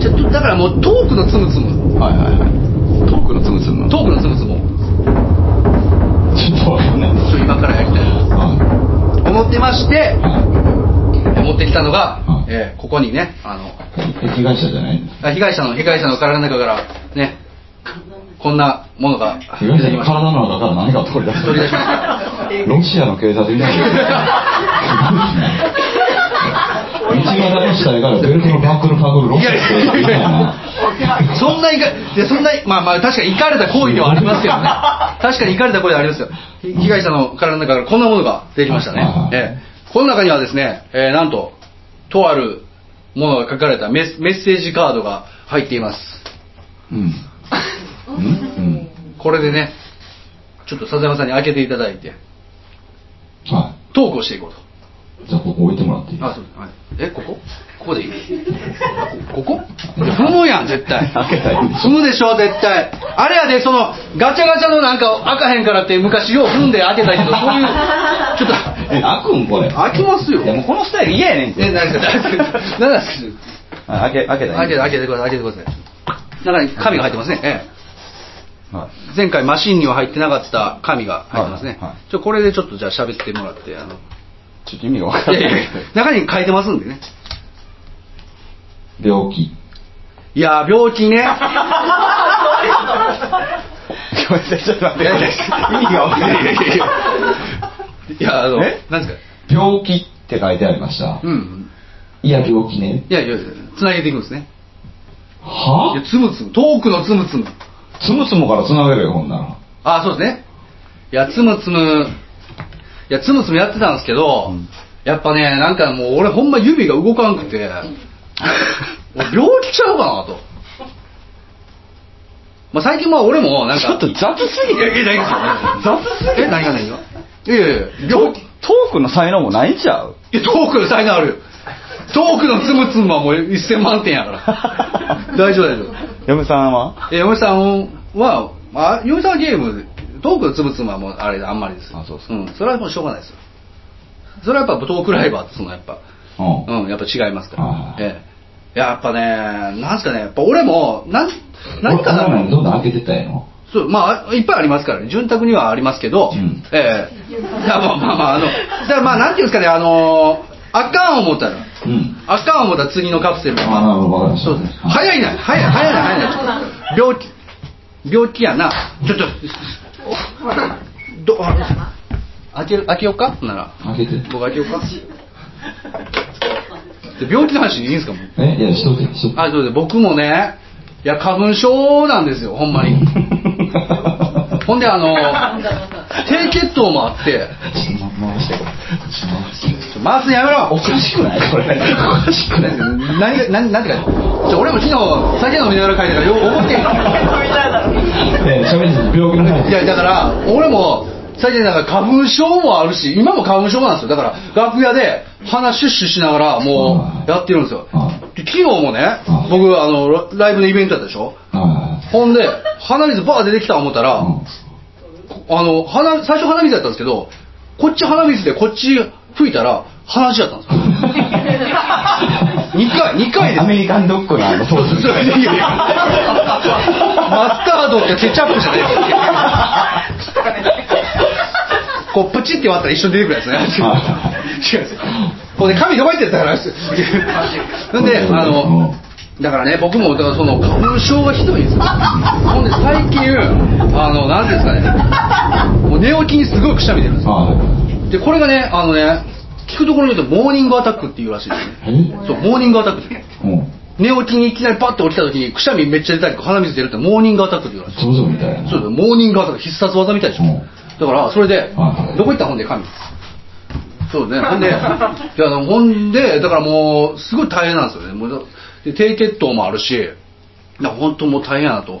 Speaker 3: ちょっとだからもうトークのつむつむ、
Speaker 1: はいはい。トークのつむつむ
Speaker 3: トークのつむつむを、
Speaker 1: ちょっとわかんないです。
Speaker 3: ちょっと今からやりたいな
Speaker 1: は
Speaker 3: と思ってまして
Speaker 1: い。、は
Speaker 3: 持ってきたのが
Speaker 1: うん、
Speaker 3: えーここにね、あの、
Speaker 1: い。被害者じゃないんです。
Speaker 3: あ被害者の被害者の体の中からねこんなものが
Speaker 1: 被害者の体の中から何かを取り出す。
Speaker 3: 取り出しま
Speaker 1: ロシアの警察みたい な。道端の死体からベルトのパックルパクるロシアの警察みたいな。
Speaker 3: したそんな怒でそんなまあまあ確かに怒かれた行為ではありますけどね確かに怒かれた行為ではありますよひ被害者の体の中からこんなものができましたね
Speaker 1: はい、
Speaker 3: ええこの中にはですね、えーなんととあるものが書かれたメッメッセージカードが入っています
Speaker 1: うん。うん
Speaker 3: これでねちょっと笹山さんに開けていただいて
Speaker 1: うん。は
Speaker 3: トークをしていこうと
Speaker 1: い。じゃあ、ここ置いてもらっていい
Speaker 3: あ、そうです。はい、え、ここここでいいここいや踏むやん、絶対。
Speaker 1: 開けたい
Speaker 3: 踏むでしょ、絶対。あれやで、その、ガチャガチャのなんか開かへんからって昔よう踏んで開けたけど、そういう、ちょっと、
Speaker 1: え、開くんこれ。
Speaker 3: 開きますよ。
Speaker 9: いやもうこのスタイル嫌やねんて
Speaker 3: え、何ですか、何ですか、何ですか。
Speaker 9: あ開け開けたら
Speaker 3: 開
Speaker 9: いい
Speaker 3: けて、開けてください、開けてください。中に紙が入ってますね。ええ
Speaker 9: はい
Speaker 3: 前回マシンには入ってなかった紙が入ってますね。
Speaker 9: はいはい
Speaker 3: ちょこれでちょっとじゃあ喋ってもらって、あの、
Speaker 9: ちょっと意味が分から
Speaker 3: いやい
Speaker 9: な
Speaker 3: やい
Speaker 9: い
Speaker 3: や中に書いてますんでね。
Speaker 1: 病気。
Speaker 3: いやー、病気ね。
Speaker 9: ごめんなさいちょっと待って意味が分からない
Speaker 3: いや、あの、
Speaker 9: え
Speaker 3: なんですか。
Speaker 1: 病気って書いてありました。
Speaker 3: うん。
Speaker 1: いや、病気ね。
Speaker 3: いやいや、つなげていくんですね。い
Speaker 1: は
Speaker 3: や、つむつむ。遠くのつむつむ。
Speaker 1: つむつむから繋げるよ、ほんなら。
Speaker 3: あ、そうですね。いや、つむつむ。いや、つむつむやってたんですけど、やっぱね、なんかもう俺ほんま指が動かんくて、俺病気ちゃうかなと。まあ、最近まあ俺もなんか。
Speaker 9: ちょっと雑すぎ
Speaker 3: いやい
Speaker 9: る
Speaker 3: やないですよ
Speaker 9: 雑すぎ
Speaker 3: え、
Speaker 9: る
Speaker 3: 何が何がいやいやいや、病気。
Speaker 9: トークの才能もないんちゃう
Speaker 3: いや、トークの才能あるよ。トークのつむつむはもう1000万点やから。大丈夫大丈夫。
Speaker 9: 嫁さんは
Speaker 3: え、嫁さんは、まあ、嫁さんはゲーム、トークのつむつむはもうあれあんまりですよ。
Speaker 9: あそうです
Speaker 3: ん、それはもうしょうがないですよ。それはやっぱトークライバーとそのやっぱ、
Speaker 1: うん。
Speaker 3: うん、やっぱ違いますか
Speaker 1: あ
Speaker 3: ら。
Speaker 1: ー
Speaker 3: ええやっぱね、なんすかね、やっぱ俺も、なん、なんか
Speaker 1: こんな
Speaker 3: な
Speaker 1: の、どんどん開けてったやろ。
Speaker 3: そうまあいっぱいありますからね潤沢にはありますけど、
Speaker 1: うん
Speaker 3: ええいやまあまあまああのだからまあなんていうんですかねあのあかん思ったら
Speaker 1: うん。
Speaker 3: あかん思ったら次のカプセル
Speaker 1: あ、なるほど、わかりました。
Speaker 3: そうです。早いな、早い、早いな、早いな。病気、病気やな。ちょっと、ど、あ開ける、開けようかなら。
Speaker 1: 開けて。
Speaker 3: 僕開けようかで病気の話でいいんですかもう
Speaker 1: えいや、しとけ、しとけ。
Speaker 3: あ、そうです。僕もね、いや、花粉症なんですよ、ほんまに。ほんで、あの、低血糖もあって、
Speaker 1: ちょっと回してこれ。ちょっと回して。
Speaker 3: ちょ回すのやめろ
Speaker 1: おかしくないこれ。おかしくない
Speaker 3: 何が、何、何て書いてあるちょ俺も昨日、酒飲みながら書いたから、よう覚えて
Speaker 1: え、
Speaker 3: へんの
Speaker 1: 喋りに病気の話。
Speaker 3: いやだから俺も最近だから花粉症もあるし今も花粉症なんですよだから楽屋で鼻シュッシュしながらもうやってるんですよ
Speaker 1: うん
Speaker 3: で昨日もね
Speaker 1: うん
Speaker 3: 僕あのラライブのイベントやったでしょ
Speaker 1: あ
Speaker 3: ほんで鼻水バー出てきた思ったら、
Speaker 1: あ。うん
Speaker 3: あの鼻最初鼻水だったんですけどこっち鼻水でこっち吹いたら鼻血やっ たんですよ2回2回です
Speaker 1: アメリカンドッグのあのソースみ
Speaker 3: そう
Speaker 1: たい
Speaker 3: い
Speaker 1: な
Speaker 3: やいやマスタードってケチャップじゃないですよこうプチって割ったら一緒に出てくるやつね違うんですよこれね紙どこ行ってったからなんであのだからね僕もだからその花粉症がひどいんですよほんで最近あの何ですかねもう寝起きにすごいくしゃみ出るんですよ
Speaker 1: あ
Speaker 3: でこれがねあのね聞くところによるとモーニングアタックっていうらしいです
Speaker 1: あ。え
Speaker 3: ねそうモーニングアタックって
Speaker 1: うん。
Speaker 3: 寝起きにいきなりパッと起きた時にくしゃみめっちゃ出たり鼻水出るってモーニングアタックって言うらしい
Speaker 1: 頂上みたいな。
Speaker 3: そうだよモーニングアタック必殺技みたいでしょ、
Speaker 1: うん
Speaker 3: だからそれで
Speaker 1: はい
Speaker 3: どこ行った本で神そ うねほんでいやあのほんでだからもうすごい大変なんですよねもうだで低血糖もあるしだから本当もう大変やな ともう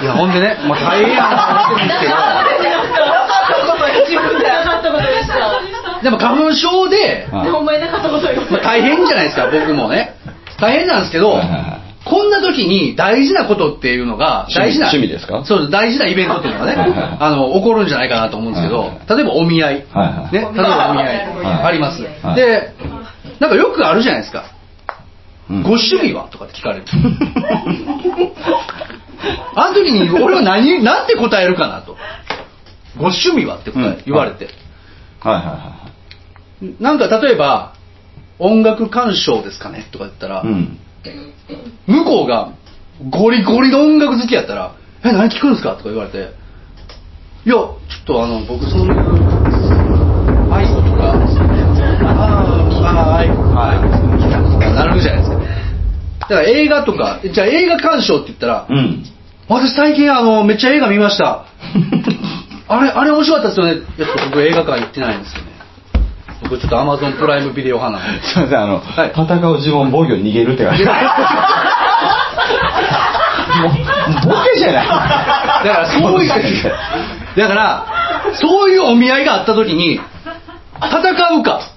Speaker 3: いやほんでね、まあ、大変やなと思ってるんですけどでも花粉症で、
Speaker 1: あ
Speaker 4: お前なかったこと言
Speaker 3: まあ、大変じゃないで すか僕もね大変なんですけど、
Speaker 1: はいはいはい
Speaker 3: こんな時に大事なことっていうのが大事な
Speaker 7: 趣味趣味ですか
Speaker 3: そう大事なイベントっていうのがね
Speaker 1: はいはいはい
Speaker 3: あの起こるんじゃないかなと思うんですけど、
Speaker 1: はいは
Speaker 3: 例えばお見合い、
Speaker 1: はいはい
Speaker 3: ね、例えばお見合い、
Speaker 1: はい
Speaker 3: あります、
Speaker 1: はい
Speaker 3: でなんかよくあるじゃないですか、
Speaker 1: うん
Speaker 3: ご趣味はとかって聞かれるあの時に俺は何なんて答えるかなとご趣味はって答え、
Speaker 1: うん
Speaker 3: 言われて、
Speaker 1: はいは
Speaker 3: なんか例えば音楽鑑賞ですかねとか言ったら、
Speaker 1: いはい。うん。
Speaker 3: 向こうがゴリゴリの音楽好きやったら「え何聴くんですか?」とか言われて「いやちょっとあの僕そのアイコとかああアイコはいなるじゃないですかだから映画とかじゃあ映画鑑賞って言ったら「
Speaker 1: うん。
Speaker 3: 私最近あのめっちゃ映画見ま した」あれあれ面白かったですよねいやちょっと僕映画館行ってないんですよね僕ちょっとアマゾンプライムビデオ派なんで
Speaker 1: すいません、あの、
Speaker 3: はい
Speaker 1: 戦う自分、防御に逃げるって感じ。もうボケじゃない。
Speaker 3: だからそういうだからそういうお見合いがあった時に戦うか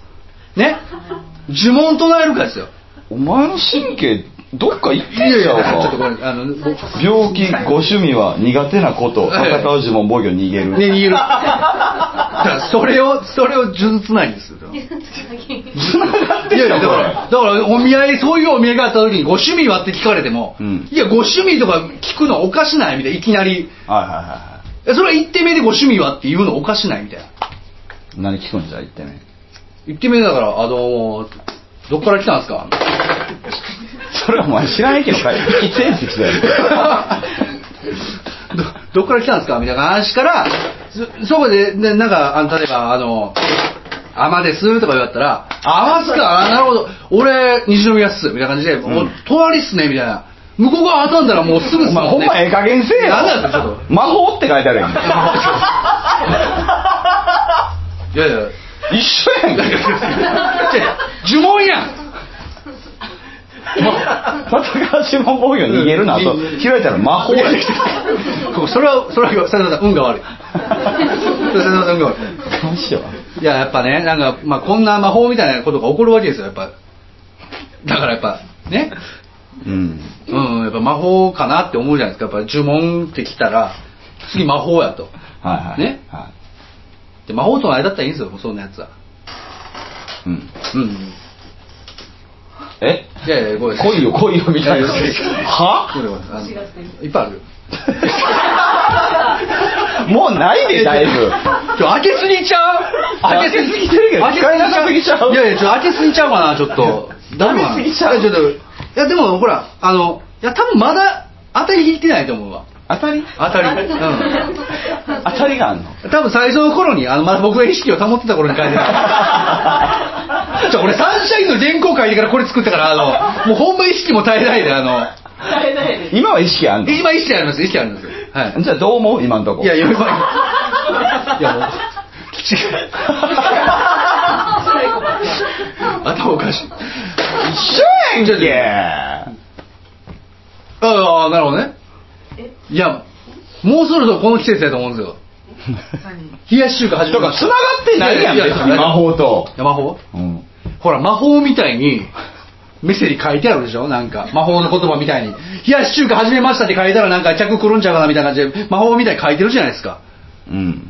Speaker 3: ね呪文唱えるかですよ
Speaker 1: お前の神経、どっか行ってんじゃん
Speaker 3: ちょっとこれあのね
Speaker 1: 病気、ご趣味は苦手なこと、
Speaker 3: はい
Speaker 1: 戦う自分、防御に逃げる。
Speaker 3: 逃 げるだからそれをそれを呪術つなぎですよいやいやだからだからお見合いそういうお見合いがあった時にご趣味はって聞かれても、
Speaker 1: うん
Speaker 3: いやご趣味とか聞くのおかしないみたいないきなり
Speaker 1: はいはいはいは。
Speaker 3: えそれ1点目でご趣味はって言うのおかしないみたいない
Speaker 1: 何聞くんじゃ、言ってね。
Speaker 3: 1点目だからあのどっから来たんですか
Speaker 1: それはお前知らないけど、かい一年 生だよ。
Speaker 3: どどっから来たんですかみたいな話からそそこで、ね、なんかあの例えばあの「あまです」とか言われたら「あますかあなるほど俺西宮っす」みたいな感じで「もう隣っすね」みたいな向こう側当たんだらもうすぐ っ
Speaker 1: お
Speaker 3: すも
Speaker 1: 前、ほん
Speaker 3: ね
Speaker 1: まええ加減せえよ。
Speaker 3: なんなんだよちょっ
Speaker 1: 魔法って書いてあるやん。
Speaker 3: といやいや
Speaker 1: 一緒やん け。
Speaker 3: いや呪文やん
Speaker 1: 戦う自分、防御に逃げるなと、開いたら魔法やん。
Speaker 3: こうそれはそれは佐藤さん運が悪いそれは佐藤さん運が悪い
Speaker 1: どうしよう。
Speaker 3: いや、やっぱね、なんか、まあ、こんな魔法みたいなことが起こるわけですよ、やっぱ。だからやっぱ、ね。
Speaker 1: うん。
Speaker 3: うん、やっぱ魔法かなって思うじゃないですか。やっぱ呪文ってきたら、次魔法やと。
Speaker 1: はいはい。
Speaker 3: ね
Speaker 1: は
Speaker 3: で、魔法との間だったらいいんですよ、もうそんなやつは。
Speaker 1: い。うん。
Speaker 3: うん。
Speaker 1: え
Speaker 3: いやいや、これ
Speaker 1: 来いよ来いよみ たいな。
Speaker 3: やや
Speaker 1: は
Speaker 3: これはあのいっぱいあるよ。
Speaker 1: もうないで、 だいぶ。
Speaker 3: ちょ、開けすぎちゃう
Speaker 1: 開けすぎてるけど
Speaker 3: 開けすぎちゃう
Speaker 1: 使いなさすぎちゃう
Speaker 3: いやいや、ちょっと開けすぎちゃうかな、ちょっと。ダメかな
Speaker 1: 開けすぎちゃう
Speaker 3: いや、ちょっと、いや、でも、ほら、あの、いや、多分まだ、当たり引いてないと思うわ。
Speaker 1: 当たり
Speaker 3: 当たり。うん。
Speaker 1: 当たりがあんの
Speaker 3: 多分最初の頃に、あの、まだ僕が意識を保ってた頃に書い てた。ちょ、俺、サンシャインの原稿書いてからこれ作ったから、あの、もうほんま意識も耐えないで、あの、
Speaker 4: 誰だよ。
Speaker 1: 今は意識あんの
Speaker 3: 今意識あります、意識あります。はい。
Speaker 1: じゃあどう思う今んとこ。
Speaker 3: いや、やば い。いや、もう、違う。頭おかしい。
Speaker 1: 一緒やんけ
Speaker 3: ああ、なるほどね。いや、もうそろそろこの季節やと思うんですよ。冷やし中華始
Speaker 1: と
Speaker 3: まりま
Speaker 1: か、
Speaker 3: した
Speaker 1: 繋がってないやん、
Speaker 3: いやい
Speaker 1: 別
Speaker 3: や
Speaker 1: に魔法と。
Speaker 3: いや魔法
Speaker 1: うん。
Speaker 3: ほら、魔法みたいに、店に書いてあるでしょなんか、魔法の言葉みたいに。冷やし中華始めましたって書いたらなんか着くるんちゃうかなみたいな感じで、魔法みたいに書いてるじゃないですか。
Speaker 1: うん。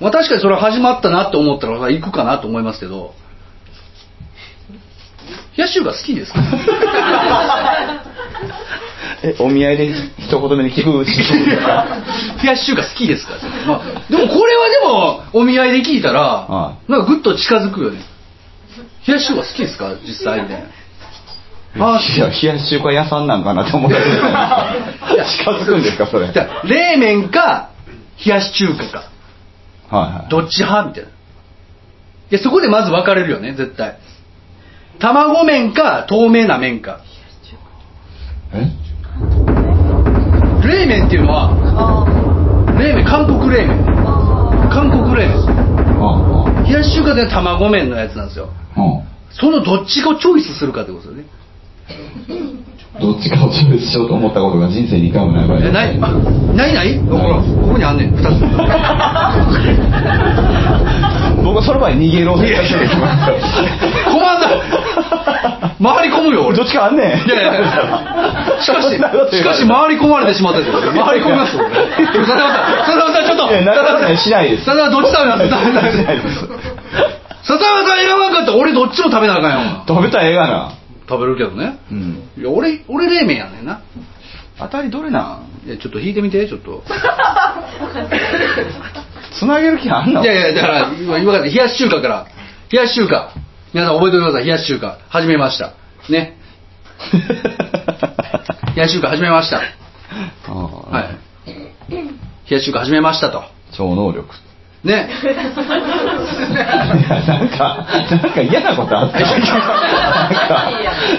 Speaker 3: まあ確かにそれ始まったなって思ったら、行くかなと思いますけど、冷やし中華好き ですか
Speaker 1: え、お見合いで一言目に聞く
Speaker 3: 冷やし中華好きですか、まあ、でもこれはでもお見合いで聞いたら、
Speaker 1: は
Speaker 3: なんかぐっと近づくよね冷やし中華好きですか実際みたいな あ
Speaker 1: いや、冷やし中華屋さんなんかなと思って近づくんですか、それ。はい
Speaker 3: じゃあ冷麺か冷やし中華か
Speaker 1: はい。
Speaker 3: どっち派みたいないやそこでまず分かれるよね絶対卵麺か透明な麺か
Speaker 1: え
Speaker 3: 冷麺っていうのは冷麺韓国冷麺韓国冷麺
Speaker 1: ああ、あ
Speaker 3: 冷やし中華で卵麺のやつなんですよ
Speaker 1: あうん
Speaker 3: そのどっちをチョイスするかってことですよね
Speaker 1: どっちかをチョイスしようと思ったことが人生に一回もない場合
Speaker 3: えないあないないほらここにあんねん2つ
Speaker 1: 僕はその前に逃げろって言って
Speaker 3: 困んな回り込むよ俺
Speaker 1: どっちかあんねん
Speaker 3: いやいやいやしかししかし回り込まれてしまったじゃん回り込みますよ俺佐々山さん佐々山さんちょっと
Speaker 1: いや中田さんしないです
Speaker 3: 佐々山さんどっち食べなさい佐々山
Speaker 1: し
Speaker 3: さ
Speaker 1: ない
Speaker 3: ん
Speaker 1: です
Speaker 3: 佐々山さん選ばんかったら俺どっちも食べなあかんやん
Speaker 1: 食べたらええがな
Speaker 3: 食べるけどね
Speaker 1: うん
Speaker 3: いや俺俺冷麺やねんな
Speaker 1: 当たりどれなん
Speaker 3: いやちょっと引いてみてちょっと
Speaker 1: つなげる気あんの
Speaker 3: いやいや、だから、今、今から冷やし中華から、冷やし中華。皆さん覚えておいてください、冷やし中華。始めました。ね。冷やし中華始めました。
Speaker 1: ああ
Speaker 3: はい。冷やし中華始めましたと。
Speaker 1: 超能力
Speaker 3: ね。
Speaker 1: いや なんかなんか嫌なことあったなんか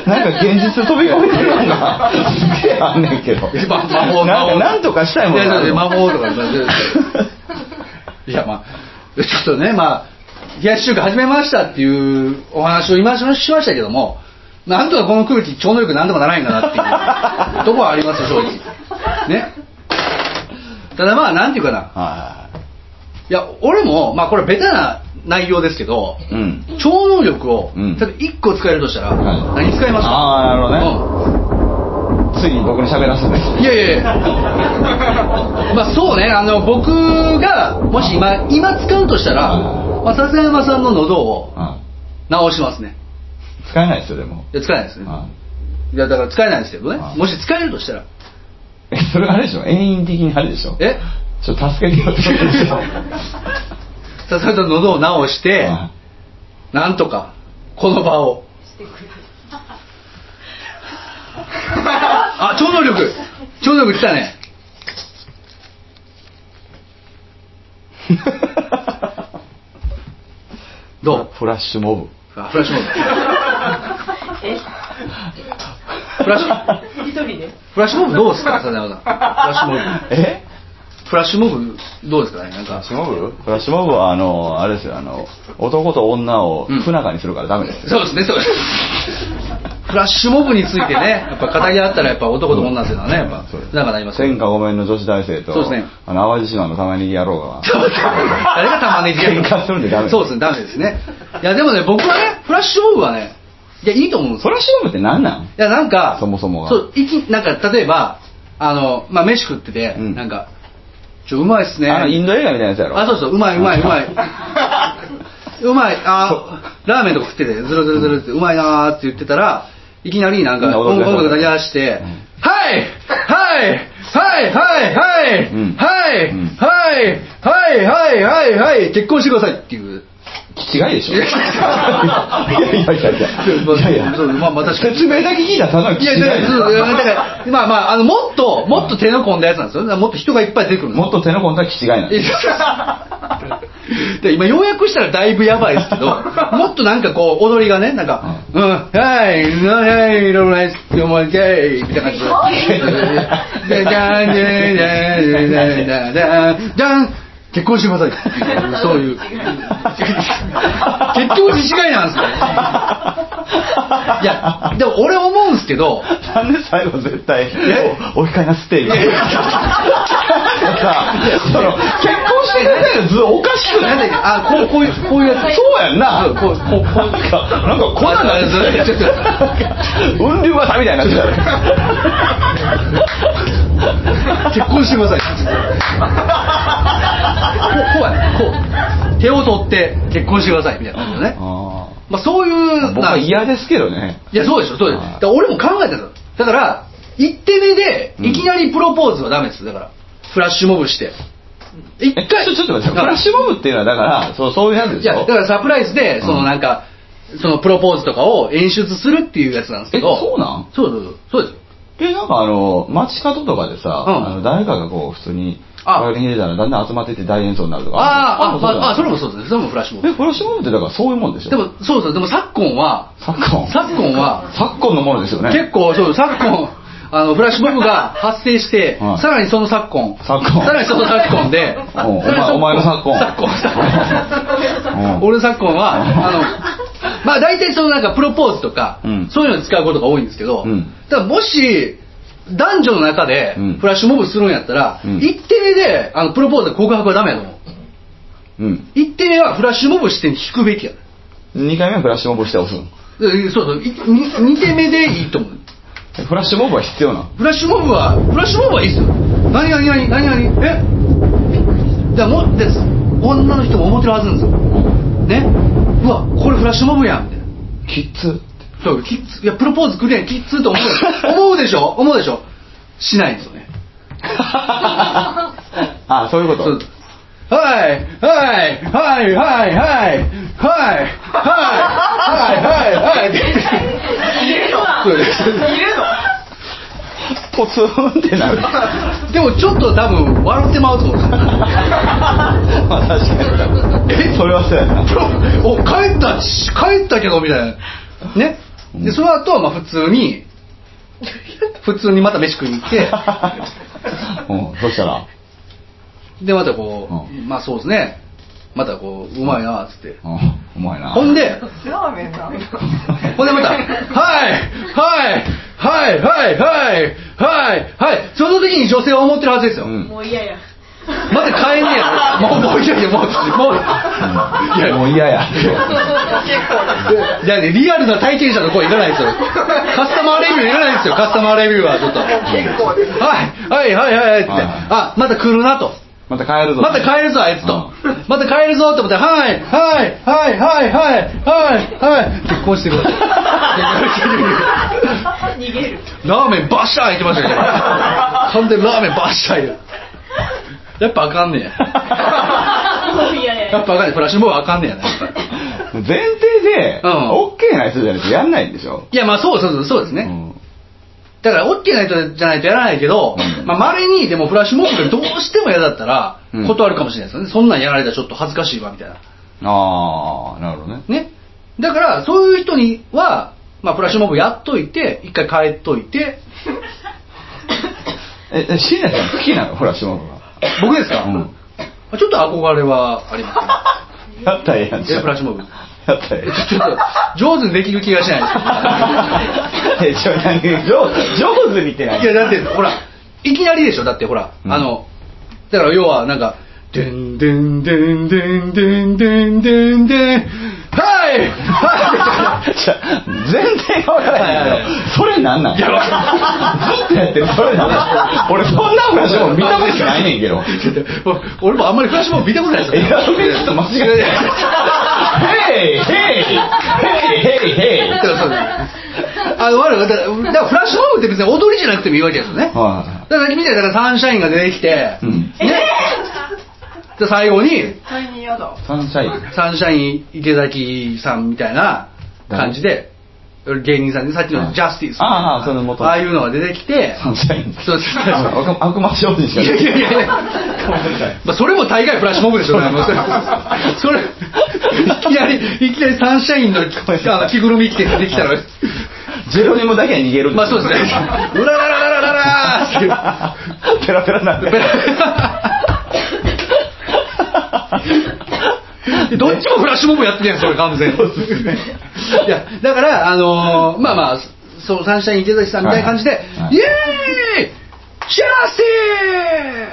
Speaker 1: なんか現実飛び込めてるのがすげえあんねんけど
Speaker 3: ま魔法、魔
Speaker 1: なん
Speaker 3: 法。
Speaker 1: かなんとかしたいもん
Speaker 3: いや
Speaker 1: があ
Speaker 3: いやい
Speaker 1: る
Speaker 3: や
Speaker 1: の
Speaker 3: 魔法とか。いや、まあ、ちょっとね、まあ、冷やし中華始めましたっていうお話を今しましたけども、なんとかこの空気、超能力なんとかならないんかな っていうとこはありますよ、正直。ね。ただまあ、なんていうかな。
Speaker 1: はい
Speaker 3: や、俺も、まあこれベタな内容ですけど、
Speaker 1: いうん
Speaker 3: 超能力を、
Speaker 1: うん
Speaker 3: 例えば1個使えるとしたら、
Speaker 1: はい
Speaker 3: 何使いますか
Speaker 1: あーなるほ
Speaker 3: どね。
Speaker 1: ついに僕に喋らせない
Speaker 3: うんいやい やいや。まあそうね、あの、僕が、もし今、今使うとしたら、
Speaker 1: はい
Speaker 3: まあ笹山さんの喉を
Speaker 1: うん
Speaker 3: 直しますね。
Speaker 1: 使えないですよでも
Speaker 3: いや、使えないです
Speaker 1: う
Speaker 3: ね。
Speaker 1: ん
Speaker 3: いや、だから使えないですけどね
Speaker 1: は。い
Speaker 3: もし使えるとしたら、
Speaker 1: えそれあれでしょ遠因的にあれでしょ
Speaker 3: え
Speaker 1: ちょっと助けてよ ってことでしょ
Speaker 3: 笹山さんの喉を直して、
Speaker 1: あ
Speaker 3: なんとか、この場を。 あ、超能力超能力来たね。どう
Speaker 1: フラッシュモブ
Speaker 3: あフラッシュモブ。フラッシュ、
Speaker 4: 一人で。
Speaker 3: フラッシュモブどうですか、笹山さん。フラッシュモブ。
Speaker 1: え
Speaker 3: フラッシュモブどうですかね、なん
Speaker 1: フラ
Speaker 3: か
Speaker 1: ッ。シュモブフラッシュモブはあのあれですよあの男と女を
Speaker 3: うん
Speaker 1: 不仲にするからダメですよ、
Speaker 3: そうですね、そうです。フラッシュモブについてね、やっぱ語り合ったらやっぱ男と女っていうのはね、やっぱ
Speaker 1: そうです、
Speaker 3: なんかなりますよ
Speaker 1: 天下ごめんの女子大生と
Speaker 3: そうですね
Speaker 1: あの淡路島の玉ねぎ野郎が
Speaker 3: 誰が玉ねぎ
Speaker 1: 喧嘩するんでダメ
Speaker 3: そうですね、ダメですね。いや、でもね、僕はね、フラッシュモブはね、いや、いいと思うんです
Speaker 1: フ
Speaker 3: よ。
Speaker 1: ラッシュモブって何なん
Speaker 3: いや、なんか、
Speaker 1: そもそもが
Speaker 3: そう、いき、なんか、例えば、あの、まあ、飯食ってて、
Speaker 1: うん
Speaker 3: なんか、ちょ、うまいっすね。
Speaker 1: あのインド映画みたいなやつやろ
Speaker 3: あ、そうそう、うまいうまいうまい。うまい、
Speaker 1: そう
Speaker 3: あーラーメンとか食ってて、ずるずるずるって、うまいなーって言ってたら、いきなりなんか
Speaker 1: うん
Speaker 3: 音
Speaker 1: 踊り出した
Speaker 3: 楽鳴り出して「はいはいはいはいはい
Speaker 1: うん
Speaker 3: はい
Speaker 1: うん
Speaker 3: はいはいはいはいはい結婚してください」っていう。
Speaker 1: 気違いでしょいやいやいやいやいやいや
Speaker 3: そうまあまあ確かに
Speaker 1: 説明だけ聞いたらただの
Speaker 3: い
Speaker 1: 気違
Speaker 3: や
Speaker 1: い
Speaker 3: だからそうだからまあまああのもっともっと手の込んだやつなんですよだからもっと人がいっぱい出てくるんですよ
Speaker 1: もっと手の込んだ気違いなん
Speaker 3: い
Speaker 1: です
Speaker 3: や で今要約したらだいぶやばいですけ どもっとなんかこう踊りがねなんか「うんはいはいいろんなやつって思いけい」みたいな感じで「でダンでダンダンダンダン結婚してください」そう いう結局自治会なんですよいやでも俺思うんですけど
Speaker 1: なんで最後絶対
Speaker 3: え
Speaker 1: おお控えなすって今
Speaker 3: いや
Speaker 1: さその結婚してくれないのずっとおかしく
Speaker 3: なん
Speaker 1: な
Speaker 3: で
Speaker 1: い
Speaker 3: あこうこういうこういうやつ
Speaker 1: そうやんな
Speaker 3: そうこうこうこう
Speaker 1: なんかなんかこんなんな
Speaker 3: ちょっとちょっと
Speaker 1: と雲竜型みたいになって
Speaker 3: 結婚してくださいこうこうやねこう手を取って結婚してくださいみたいな感じだね
Speaker 1: た あ
Speaker 3: まあそういう
Speaker 1: ー僕は嫌ですけどね
Speaker 3: いやそうでしょそうでしょ
Speaker 1: はい
Speaker 3: だから俺も考えたんですよだから一手目でいきなりプロポーズはダメですだからフラッシュモブして一
Speaker 1: え
Speaker 3: 回
Speaker 1: ちょちょっと待ってフラッシュモブっていうのはだからそうそういうやつで
Speaker 3: い
Speaker 1: し
Speaker 3: や
Speaker 1: ょ
Speaker 3: だからサプライズでそのなんか、そのプロポーズとかを演出するっていうやつなんですけど
Speaker 1: えそうなん
Speaker 3: そうそうそうそうですよ
Speaker 1: えなんかあの街角とかでさ、
Speaker 3: うん
Speaker 1: あの誰かがこう普通に
Speaker 3: あ
Speaker 1: バイオリン弾いてたらだんだん集まっていって大演奏になるとか
Speaker 3: あーあ、ま
Speaker 1: そうだ
Speaker 3: あ、あそれもそうですそれもフラッシュモブ
Speaker 1: えフラッシュモブってだからそういうもんでしょ
Speaker 3: でもそうそうでも昨今は
Speaker 1: 昨今
Speaker 3: 昨今は
Speaker 1: 昨今のものですよね
Speaker 3: 結構そう昨今 あのフラッシュモブが発生し て、
Speaker 1: はい
Speaker 3: さらにその昨今
Speaker 1: 昨今
Speaker 3: さらにその昨今で
Speaker 1: おうお前お前の昨今
Speaker 3: 昨今昨今
Speaker 1: うん
Speaker 3: 俺の昨 今は
Speaker 1: うん
Speaker 3: あのまあ大体そのなんかプロポーズとか、
Speaker 1: うん
Speaker 3: そういうのに使うことが多いんですけど、
Speaker 1: うん
Speaker 3: だからもし男女の中で
Speaker 1: うん
Speaker 3: フラッシュモブするんやったら、
Speaker 1: うん
Speaker 3: 一定であのプロポーズで告白はダメやと思う
Speaker 1: うん
Speaker 3: 一定はフラッシュモブして引くべきやね
Speaker 1: 2回目はフラッシュモブして押すの
Speaker 3: でそうそういに二手目でいいと思う
Speaker 1: えフラッシュモブは必要なの
Speaker 3: フラッシュモブはフラッシュモブはいいっすよ何何何何何えだからもで女の人も思ってるはずなんですよねうわこれフラッシュモブやんみたいな
Speaker 1: キッズ
Speaker 3: そうキッズいやプロポーズくれんキッズと思う 思うでしょ思うでしょしないんですよね
Speaker 1: あそういうこ
Speaker 3: そ
Speaker 1: と
Speaker 3: うはいはいはいはいはいはいはいはいはいはい
Speaker 10: いる
Speaker 3: そう
Speaker 10: の
Speaker 3: です
Speaker 10: いるの
Speaker 1: ポツンって なるま
Speaker 3: でもちょっと多分笑って まうと 思う
Speaker 1: あ確かに えそれはそうや な
Speaker 3: お帰ったし帰ったけどみたいなねでその後はまあ普通に普通にまた飯食いに行って
Speaker 1: うんそしたら
Speaker 3: でまたこう、
Speaker 1: う
Speaker 3: まあそうですねまたこううまいなっつって
Speaker 1: うんお前な
Speaker 3: ほん で
Speaker 10: ラーメンだ
Speaker 3: ほんでまた「はいはいはいはいはいはいはい」その時に女性は思ってるはずですよ、
Speaker 1: うん
Speaker 4: もう嫌や。
Speaker 3: まだ帰んねや ろもうもういやいやもうもういや
Speaker 1: もう嫌や
Speaker 3: いやね、リアルな体験者の声いらないですよ。カスタマーレビューいらないですよ、カスタマーレビューはちょっと。はい、はい、はい、はい、って。
Speaker 1: はい
Speaker 3: あ、また来るなと。
Speaker 1: また帰るぞ
Speaker 3: また帰るぞ、あいつと。また帰るぞって思って、はい、はい、はい、はい、はい、はい、はい。結婚してください。
Speaker 4: 逃げる。
Speaker 3: ラーメンバッシャー開いてました けど。完全にラーメンバッシャーや。やっぱあかんねや。
Speaker 4: もう嫌
Speaker 3: やっ
Speaker 4: や。
Speaker 3: ぱあかんねフラッシュボールあかんねやな、やっぱり
Speaker 1: 前提で、
Speaker 3: うん
Speaker 1: オッケーな人じゃないとやんないんでしょ、
Speaker 3: いや、まあそうそうそう、そうですね。
Speaker 1: うん
Speaker 3: だから、オッケーな人じゃないとやらないけど、まあ、稀に、でもフラッシュモブがどうしても嫌だったら
Speaker 1: うん、
Speaker 3: 断るかもしれないですよね。そんなんやられたらちょっと恥ずかしいわ、みたいな。
Speaker 1: ああなるほどね
Speaker 3: ね。だから、そういう人には、まあ、フラッシュモブやっといて、一回変えといて、
Speaker 1: ええ椎名さん好きなのフラッシュモブが
Speaker 3: 僕ですか、
Speaker 1: うん
Speaker 3: まあちょっと憧れはあります、
Speaker 1: やったらええやん
Speaker 3: えフラッシュモブ
Speaker 1: やったらええ
Speaker 3: ちょっと、上手にできる気がしないです。
Speaker 1: えちょ何上上手にってない
Speaker 3: いやだってほらいきなりでしょだってほら、
Speaker 1: うん
Speaker 3: あのだから要はなんか「でんでんでんでんでんでんでんでんはいは
Speaker 1: じゃ前提が分からないんだ
Speaker 3: はいはい
Speaker 1: けどそれなんなん
Speaker 3: いやわかん
Speaker 1: ずっとやってるそれなんなん俺そんなフラッシュモブ見たことないねんけど
Speaker 3: い!」お俺もあんまりフラッシュモブ見たことないです
Speaker 1: いやそれちょっと間違えて
Speaker 3: いやいやいや
Speaker 1: ヘイヘイヘイヘイヘイ
Speaker 3: だからそうあの我々だからだからフラッシュモブって別に踊りじゃなくてもいいわけですよね、
Speaker 1: は
Speaker 3: だからさっきみたいにだからサンシャインが出てきて、
Speaker 1: い。うん。
Speaker 3: ねで最後に
Speaker 4: 最近嫌だ。
Speaker 1: サンシャイン。
Speaker 3: サンシャイン池崎さんみたいな感じで芸人さんでさっきのジャスティス
Speaker 1: ああ、その元。
Speaker 3: ああいうのが出てきて
Speaker 1: サンシャイン。
Speaker 3: そうそう
Speaker 1: 悪魔悪魔商人し
Speaker 3: い
Speaker 1: か
Speaker 3: やい
Speaker 1: 出て
Speaker 3: やいやいや
Speaker 1: ごめんなさい
Speaker 3: まあそれも大概フラッシュモブでしょうねもうそれそれいきなりいきなりサンシャインのあの着ぐるみ着て出てきたら
Speaker 1: ジェロニモだけは逃げるん
Speaker 3: まあそうですね「 うらららららららーっていう
Speaker 1: ペラペラなんで。
Speaker 3: どっちもフラッシュモブやってるやんそれ完全にいやだからあのーまあまあそうサンシャイン池崎さんみたいな感じで
Speaker 1: はいは
Speaker 3: 「
Speaker 1: い
Speaker 3: イエーイジャ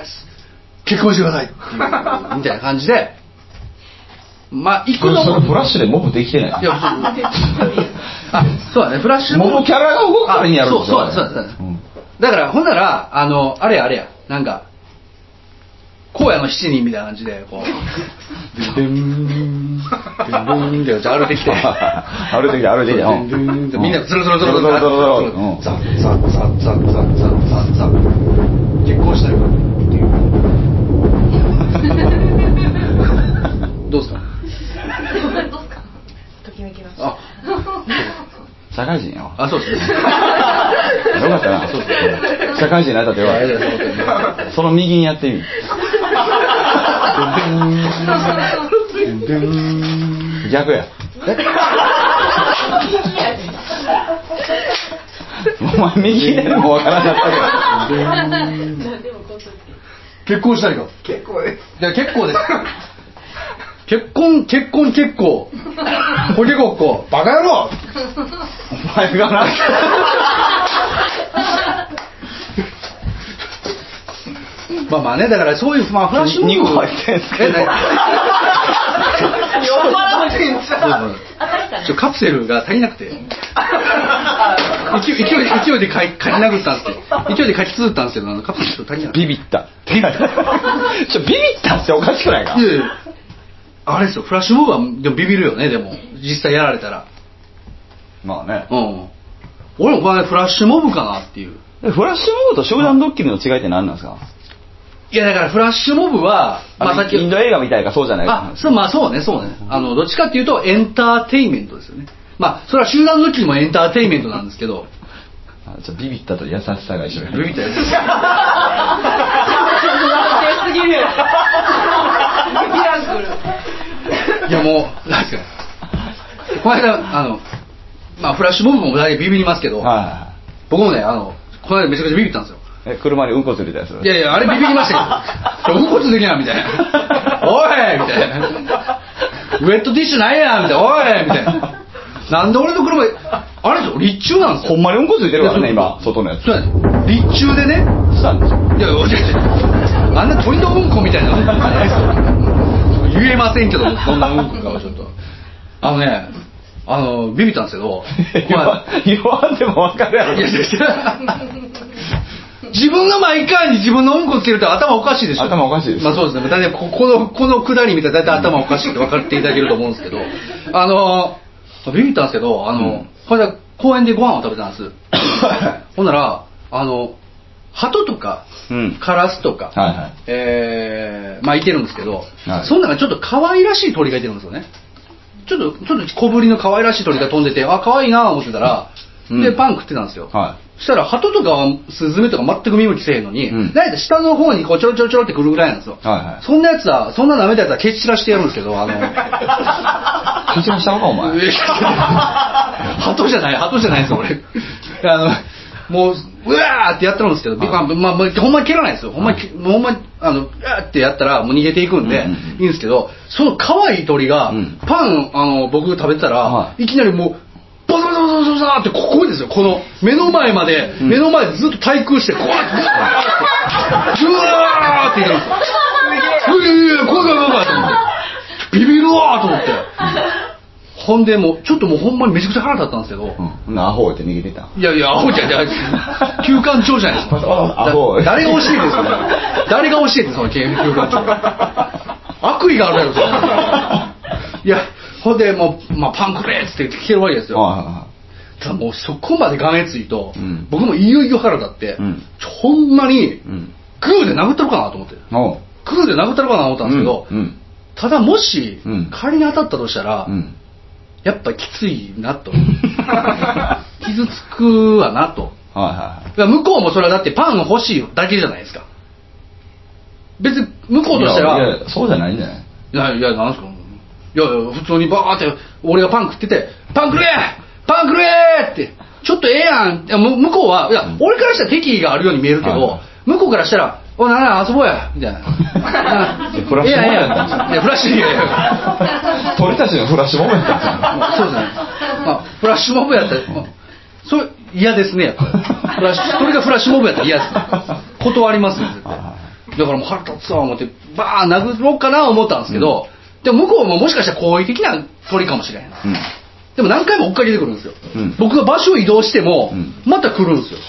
Speaker 3: スティス結婚してください」みたいな感じでまあ行
Speaker 1: こ
Speaker 3: く
Speaker 1: れ
Speaker 3: の
Speaker 1: それフ
Speaker 3: も
Speaker 1: ラッシュでモブできてない
Speaker 3: いやあそうだねフラッシュ
Speaker 1: モブキャラが動くからにやるんでしょ
Speaker 3: あそうそうだそうだ
Speaker 1: ん
Speaker 3: だからほんならあのあれやあれやなんか荒野の七人みたいな感じでこう
Speaker 1: でん
Speaker 3: ブンブンって歩いてきて
Speaker 1: 歩いてきて歩いてきてうん
Speaker 3: みんなズルズルズルズルズルズル
Speaker 1: ズルズルズルうん
Speaker 3: ザッザッザッザッザッザッザッザッ結婚したいからっていうどう
Speaker 11: どう
Speaker 3: ですか
Speaker 11: っすかときめきました
Speaker 3: あ
Speaker 1: 社会人やわ
Speaker 3: あそうですね
Speaker 1: よかったな
Speaker 3: そうそう
Speaker 1: 社会人になったってよか
Speaker 3: いやいやそうそ
Speaker 1: っ
Speaker 3: うそ
Speaker 1: たその右にやってみる逆やお前右でもわからなかったけど
Speaker 11: でもこうする
Speaker 3: 結婚したいから
Speaker 4: 結構です。
Speaker 3: いや結構です結婚結婚結構ポケごっこバカ野郎
Speaker 1: お前がな
Speaker 3: まあまあねだからそういうまあフラッシュモブ
Speaker 1: 2個入ってんすけど
Speaker 3: え何
Speaker 4: 酔っ払ってんじゃん。
Speaker 11: あ確かに
Speaker 3: ちょカプセルが足りなくて 勢い勢い勢いでかいかき殴ったんですけど勢いでかきつぶったんですけどあのカプセル足りなくて
Speaker 1: ビビったちょビビったっておかしくないか
Speaker 3: いやいやあれですよフラッシュモブはでもビビるよねでも実際やられたら
Speaker 1: まあね
Speaker 3: うん俺お前フラッシュモブかなっていう
Speaker 1: フラッシュモードと集団ドッキリの違いって何なんですか
Speaker 3: いやだからフラッシュモブはまあさっき
Speaker 1: インド映画みたいかそうじゃないか
Speaker 3: あ、そう、まあそうね、そうね。あの、どっちかっていうとエンターテインメントですよね。まあ、それは集団の時もエンターテインメントなんですけど、
Speaker 1: あちょっとビビったと優しさが一緒
Speaker 3: ビビったやつ。
Speaker 4: すぎる。ミラクル。
Speaker 3: いやもう、なんですか。この間、あの、まあフラッシュモブも大体ビビりますけど、
Speaker 1: は
Speaker 3: 僕もね、あの、この間めちゃくちゃビビったんです
Speaker 1: いは
Speaker 3: よ。
Speaker 1: いえ車にうんこするやつ
Speaker 3: いやいや、あれビビりまし たけど、うんこつできな、みたいな。おいみたいな。ウェットティッシュないやんみたいな。おいみたいな。なんで俺の車、あれですよ、立中なんですよ。
Speaker 1: ほんまにうんこついてるからね
Speaker 3: いや
Speaker 1: 今外のやつ
Speaker 3: そうなんです立中でね
Speaker 1: したんでしょ
Speaker 3: いやいやいやいやあんな鳥のうんこみたいな言えませんけどそんなうんこかはちょっとあのねあのビビったんですけど
Speaker 1: 言わ言わんでもわかるやろ
Speaker 3: いやいやいや 自分のマイカーに自分のうんこつけると頭おかしいでしょ
Speaker 1: 頭おかしいです
Speaker 3: まあそうですね大体ここのこのくだり見たら大体頭おかしいって分かっていただけると思うんですけどあのビビったんですけどあの、これ公園でご飯を食べた んですほんならあの鳩とか、
Speaker 1: うん
Speaker 3: カラスとか、
Speaker 1: はいはい
Speaker 3: えーまあいてるんですけど、
Speaker 1: はい
Speaker 3: その中にちょっと可愛らしい鳥がいてるんですよねちょっとちょっと小ぶりの可愛らしい鳥が飛んでてあ可愛いなと思ってたら、
Speaker 1: うん
Speaker 3: でパン食ってたんですよ、
Speaker 1: は
Speaker 3: そしたら鳩とかはスズメとか全く見向きせえへんのに、
Speaker 1: うん
Speaker 3: なんか下の方にこうちょろちょろちょろってくるぐらいなんですよ、
Speaker 1: はいはい
Speaker 3: そんなやつはそんな舐めたやつは蹴散らしてやるんですけ どあの
Speaker 1: い口にしたのかお前
Speaker 3: いや鳩じゃない鳩じゃないです俺あのもううわーってやってるんですけど、
Speaker 1: はい
Speaker 3: まあまあまあほんまに蹴らないですよほんまに、ほんまにあのうわーってやったらもう逃げていくんで、
Speaker 1: うんうんうん
Speaker 3: いいんですけどその可愛い鳥が、
Speaker 1: うん
Speaker 3: パンあの僕食べてたら、、
Speaker 1: はい
Speaker 3: きなりもうボソボソボソボソボソってここですよこの目の前まで、
Speaker 1: ん
Speaker 3: 目の前でずっと対空してこうやってずわーっていくんですよ「ういやいや怖い怖い怖い怖い」と思ってビビるわーと思って。ほんでもうちょっともうほんまにめちゃくちゃ腹立ったんですけど、
Speaker 1: うんほんならアホって逃げてた
Speaker 3: いやいや、アホじゃない、休館長じ ゃないですか。
Speaker 1: あアホ
Speaker 3: だ誰が教えてんですか誰が教えてんその休館長。悪意があるやろ、それいや、ほんでもう、まあ、パンくれっつって来てるわけですよ。
Speaker 1: あ
Speaker 3: ただもうそこまでがめついと、
Speaker 9: うん
Speaker 3: 僕もいよいよ腹立って、
Speaker 9: うん
Speaker 3: ちょほんまに
Speaker 9: うん
Speaker 3: グーで殴ったろかなと思って
Speaker 9: おう
Speaker 3: グーで殴ったろかなと思ったんですけど、
Speaker 9: うんうん
Speaker 3: ただもし、
Speaker 9: うん
Speaker 3: 仮に当たったとしたら、
Speaker 9: うん
Speaker 3: やっぱきついなと 傷つくわなと
Speaker 9: はいはいはい
Speaker 3: だから向こうもそれはだってパン欲しいだけじゃないですか別に向こうとしたら
Speaker 9: いやいやそうじゃないんじゃない
Speaker 3: いやいや、なんすかいやいや、普通にバーって、俺がパン食ってて、パンくれパンくれって、ちょっとええやんいやむ向こうは、いや、俺からしたら敵意があるように見えるけど、
Speaker 9: はいはい。
Speaker 3: 向こうからしたら、おいなら遊ぼうやみたいな
Speaker 9: フラッシュモブやったんじゃん
Speaker 3: いや、フラッシュ、いやいや
Speaker 9: 鳥たちのフラッシュモブやったんじゃん
Speaker 3: まあそうですね。まあ、フラッシュモブやったら、まあそれ、嫌ですね、やっぱり。フラッシュ、それがフラッシュモブやったら嫌ですね。断りますね、絶対。だからもう腹立つわ思ってバーン殴ろうかな思ったんですけど、でも向こうももしかしたら好意的な鳥かもしれへん、
Speaker 9: うん
Speaker 3: でも何回も追っかけてくるんですよ、
Speaker 9: うん
Speaker 3: 僕が場所を移動しても、
Speaker 9: うん
Speaker 3: また来るんですよ、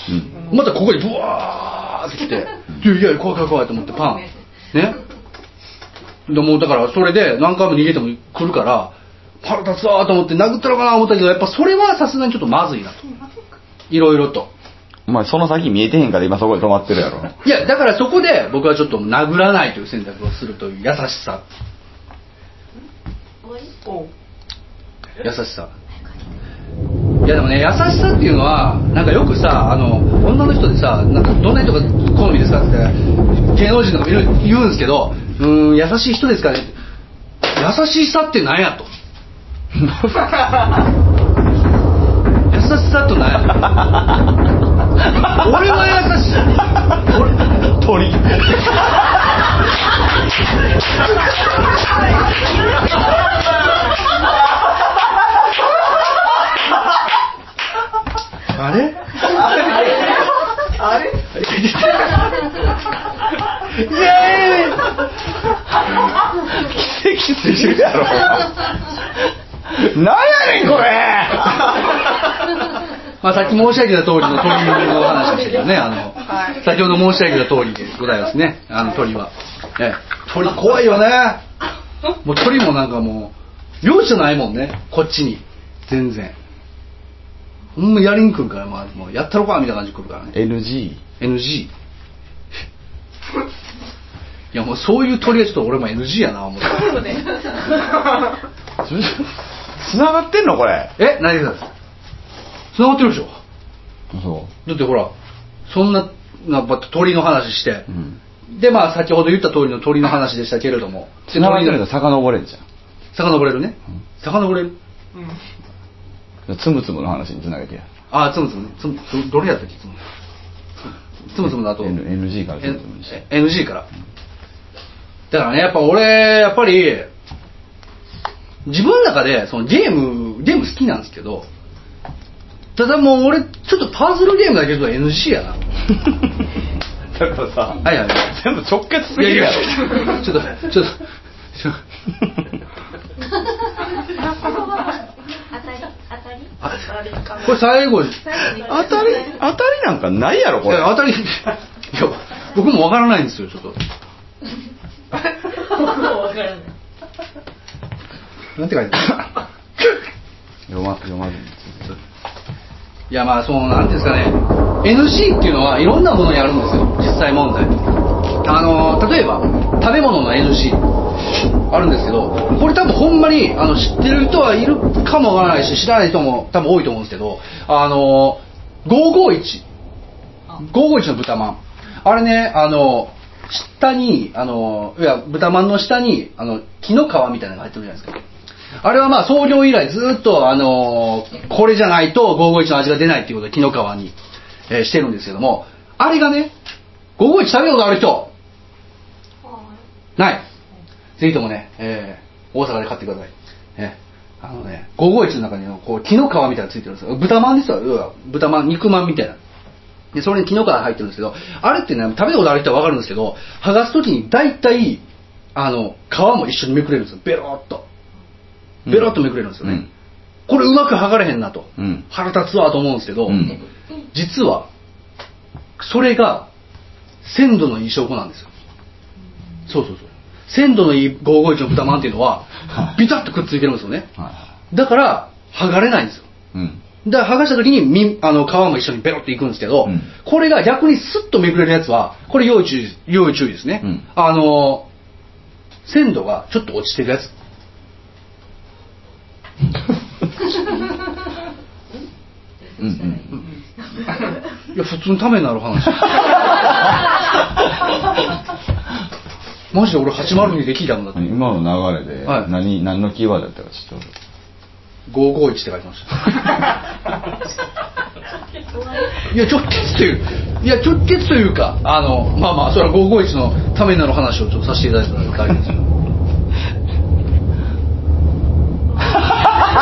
Speaker 3: またここにブワーって来て「いやいや怖い怖い怖い」と思ってパンねでもうだからそれで何回も逃げても来るから腹立つわーと思って殴ったのかな思ったけどやっぱそれはさすがにちょっとまずいなといろいろと
Speaker 9: お前その先見えてへんから今そこで止まってるやろ
Speaker 3: いやだからそこで僕はちょっと殴らないという選択をするという優しさ優しさいやでもね優しさっていうのはなんかよくさあの女の人でさなんかどんな人が好みですかって芸能人とかいろいろ言うんですけどうーん優しい人ですかね優しさって何やと優しさと何や俺は優しい俺
Speaker 9: 鳥
Speaker 3: あれ
Speaker 6: あれ
Speaker 9: 奇跡するやろ何やねんこれ
Speaker 3: まあ、さっき申し上げた通りの鳥の話でしたけどね、あの、
Speaker 6: はい
Speaker 3: 先ほど申し上げた通りでございますね、あの鳥は。ええ鳥怖いよね。 もう鳥もなんかもう、容赦ないもんね、こっちに。全然。ほんまやりに来るから、まあ、もうやったろか、みたいな感じで来るからね。
Speaker 9: NG
Speaker 3: NG。いやもうそういう鳥はちょっと俺も NG やな思って
Speaker 9: つながってんのこれ
Speaker 3: え何でですか繋がってるでしょ
Speaker 9: そ
Speaker 3: だってほらそんななまた鳥の話して
Speaker 9: う、、ん、
Speaker 3: でまあ先ほど言った通りの鳥の話でしたけれども
Speaker 9: つながってると
Speaker 3: さ
Speaker 9: 遡れんじゃ
Speaker 3: 遡れるね遡れる
Speaker 9: んつむつむの話につなげてや
Speaker 3: ああつむつむねつむどどれやったっけつむつむつむだと
Speaker 9: N- NG からつむつむにして
Speaker 3: N- NG からだからねやっぱ俺やっぱり自分の中でそのゲームゲーム好きなんですけどただもう俺ちょっとパズルゲームだけど NG やな
Speaker 9: だからさ
Speaker 3: はいはい
Speaker 9: 全部直結
Speaker 3: いやいやちょっとちょっ とちょっと
Speaker 4: 当たり
Speaker 3: これ最後に
Speaker 9: 当たり当たりなんかないやろこ
Speaker 3: い
Speaker 9: れ
Speaker 3: や当たりいや僕もわからないんですよちょっとなんて書いてあ る
Speaker 9: 読ま読まずに
Speaker 3: いやまあそのなんていうんですかね NG っていうのはいろんなものやるんですよ実際問題あの例えば食べ物の NG あるんですけどこれ多分ほんまにあの知ってる人はいるかもわからないし知らない人も多分多いと思うんですけどあの551 551の豚まんあれねあの下にあのいや豚まんの下にあの木の皮みたいなのが入ってるじゃないですかあれはまあ創業以来ずっとあのこれじゃないと551の味が出ないっていうことで木の皮に、えーしてるんですけどもあれがね551食べたことある人ないぜひともね、えー大阪で買ってください、えーあのね551の中にこう木の皮みたいなのついてるんですよ豚まんですよ要は豚まん肉まんみたいなで、それに木の皮入ってるんですけど、あれってね、食べたことある人はわかるんですけど、剥がすときに大体、あの、皮も一緒にめくれるんですよ。ベローっと。ベローっとめくれるんですよね。
Speaker 9: うん
Speaker 3: これうまく剥がれへんなと。
Speaker 9: うん
Speaker 3: 腹立つわと思うんですけど、
Speaker 9: うん
Speaker 3: 実は、それが、鮮度のいい証拠なんですよ。そうそうそう。鮮度のいい551の豚まんっていうのは
Speaker 9: は、い
Speaker 3: ビタッとくっついてるんですよね。
Speaker 9: はいは
Speaker 3: だから、剥がれないんですよ。
Speaker 9: いうん
Speaker 3: だから剥がした時にみあの皮も一緒にベロっていくんですけど、
Speaker 9: うん
Speaker 3: これが逆にスッとめくれるやつはこれ要注意要注意ですね、
Speaker 9: うん
Speaker 3: あの鮮度がちょっと落ちてるやつ
Speaker 9: うんうん
Speaker 3: いや普通のためになる 話マジで俺802で聞いたもんだって、
Speaker 9: 今の流れで
Speaker 3: はい
Speaker 9: 何何のキーワードだったかちょっと
Speaker 3: 551って書いてましたいや直結といういや直結というかあのまあまあそれは551のためになる話をちょっとさせていただいただけですよなんすか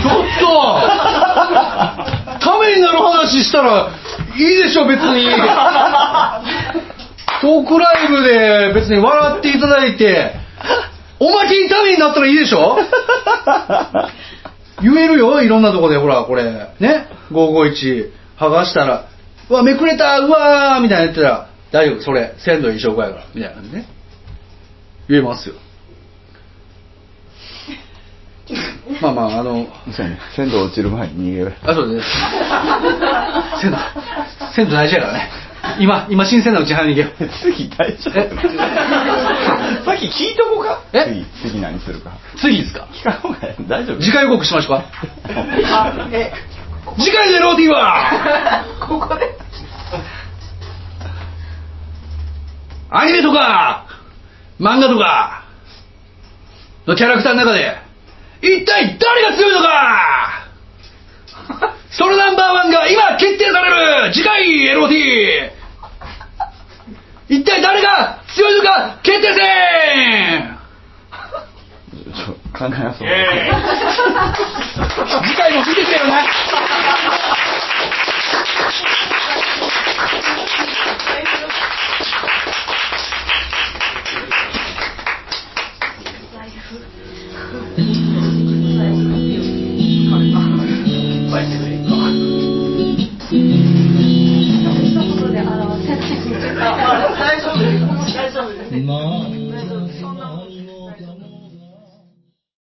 Speaker 3: ちょっとためになる話したらいいでしょ別にトークライブで別に笑っていただいて、おまけにためになったらいいでしょ言えるよ、いろんなとこで、ほら、これ、ね、551、剥がしたら、うわ、めくれた、うわー、みたいなやってたら、大丈夫、それ、鮮度いい証拠やから、みたいなね。言え ますよ。まあまあ、あの、
Speaker 9: そうやね鮮度落ちる前に逃げる
Speaker 3: あ、そうです。鮮度、鮮度大事やからね。今、今、新鮮なうちに早めに行けよ。
Speaker 9: 次大丈夫
Speaker 3: え
Speaker 9: さっき聞いとこうか
Speaker 3: え
Speaker 9: 次次何するか
Speaker 3: 次ですか
Speaker 9: 聞かんほうがいい大丈夫
Speaker 3: 次回予告しましょうか
Speaker 6: あえ
Speaker 3: 次回のローティーは
Speaker 6: ここで
Speaker 3: アニメとか漫画とかのキャラクターの中で一体誰が強いのかそのナンバーワンが今決定される次回 LOT 一体誰が強いのか決定戦
Speaker 9: ちょ考えなそう
Speaker 3: 次回も見てくれよな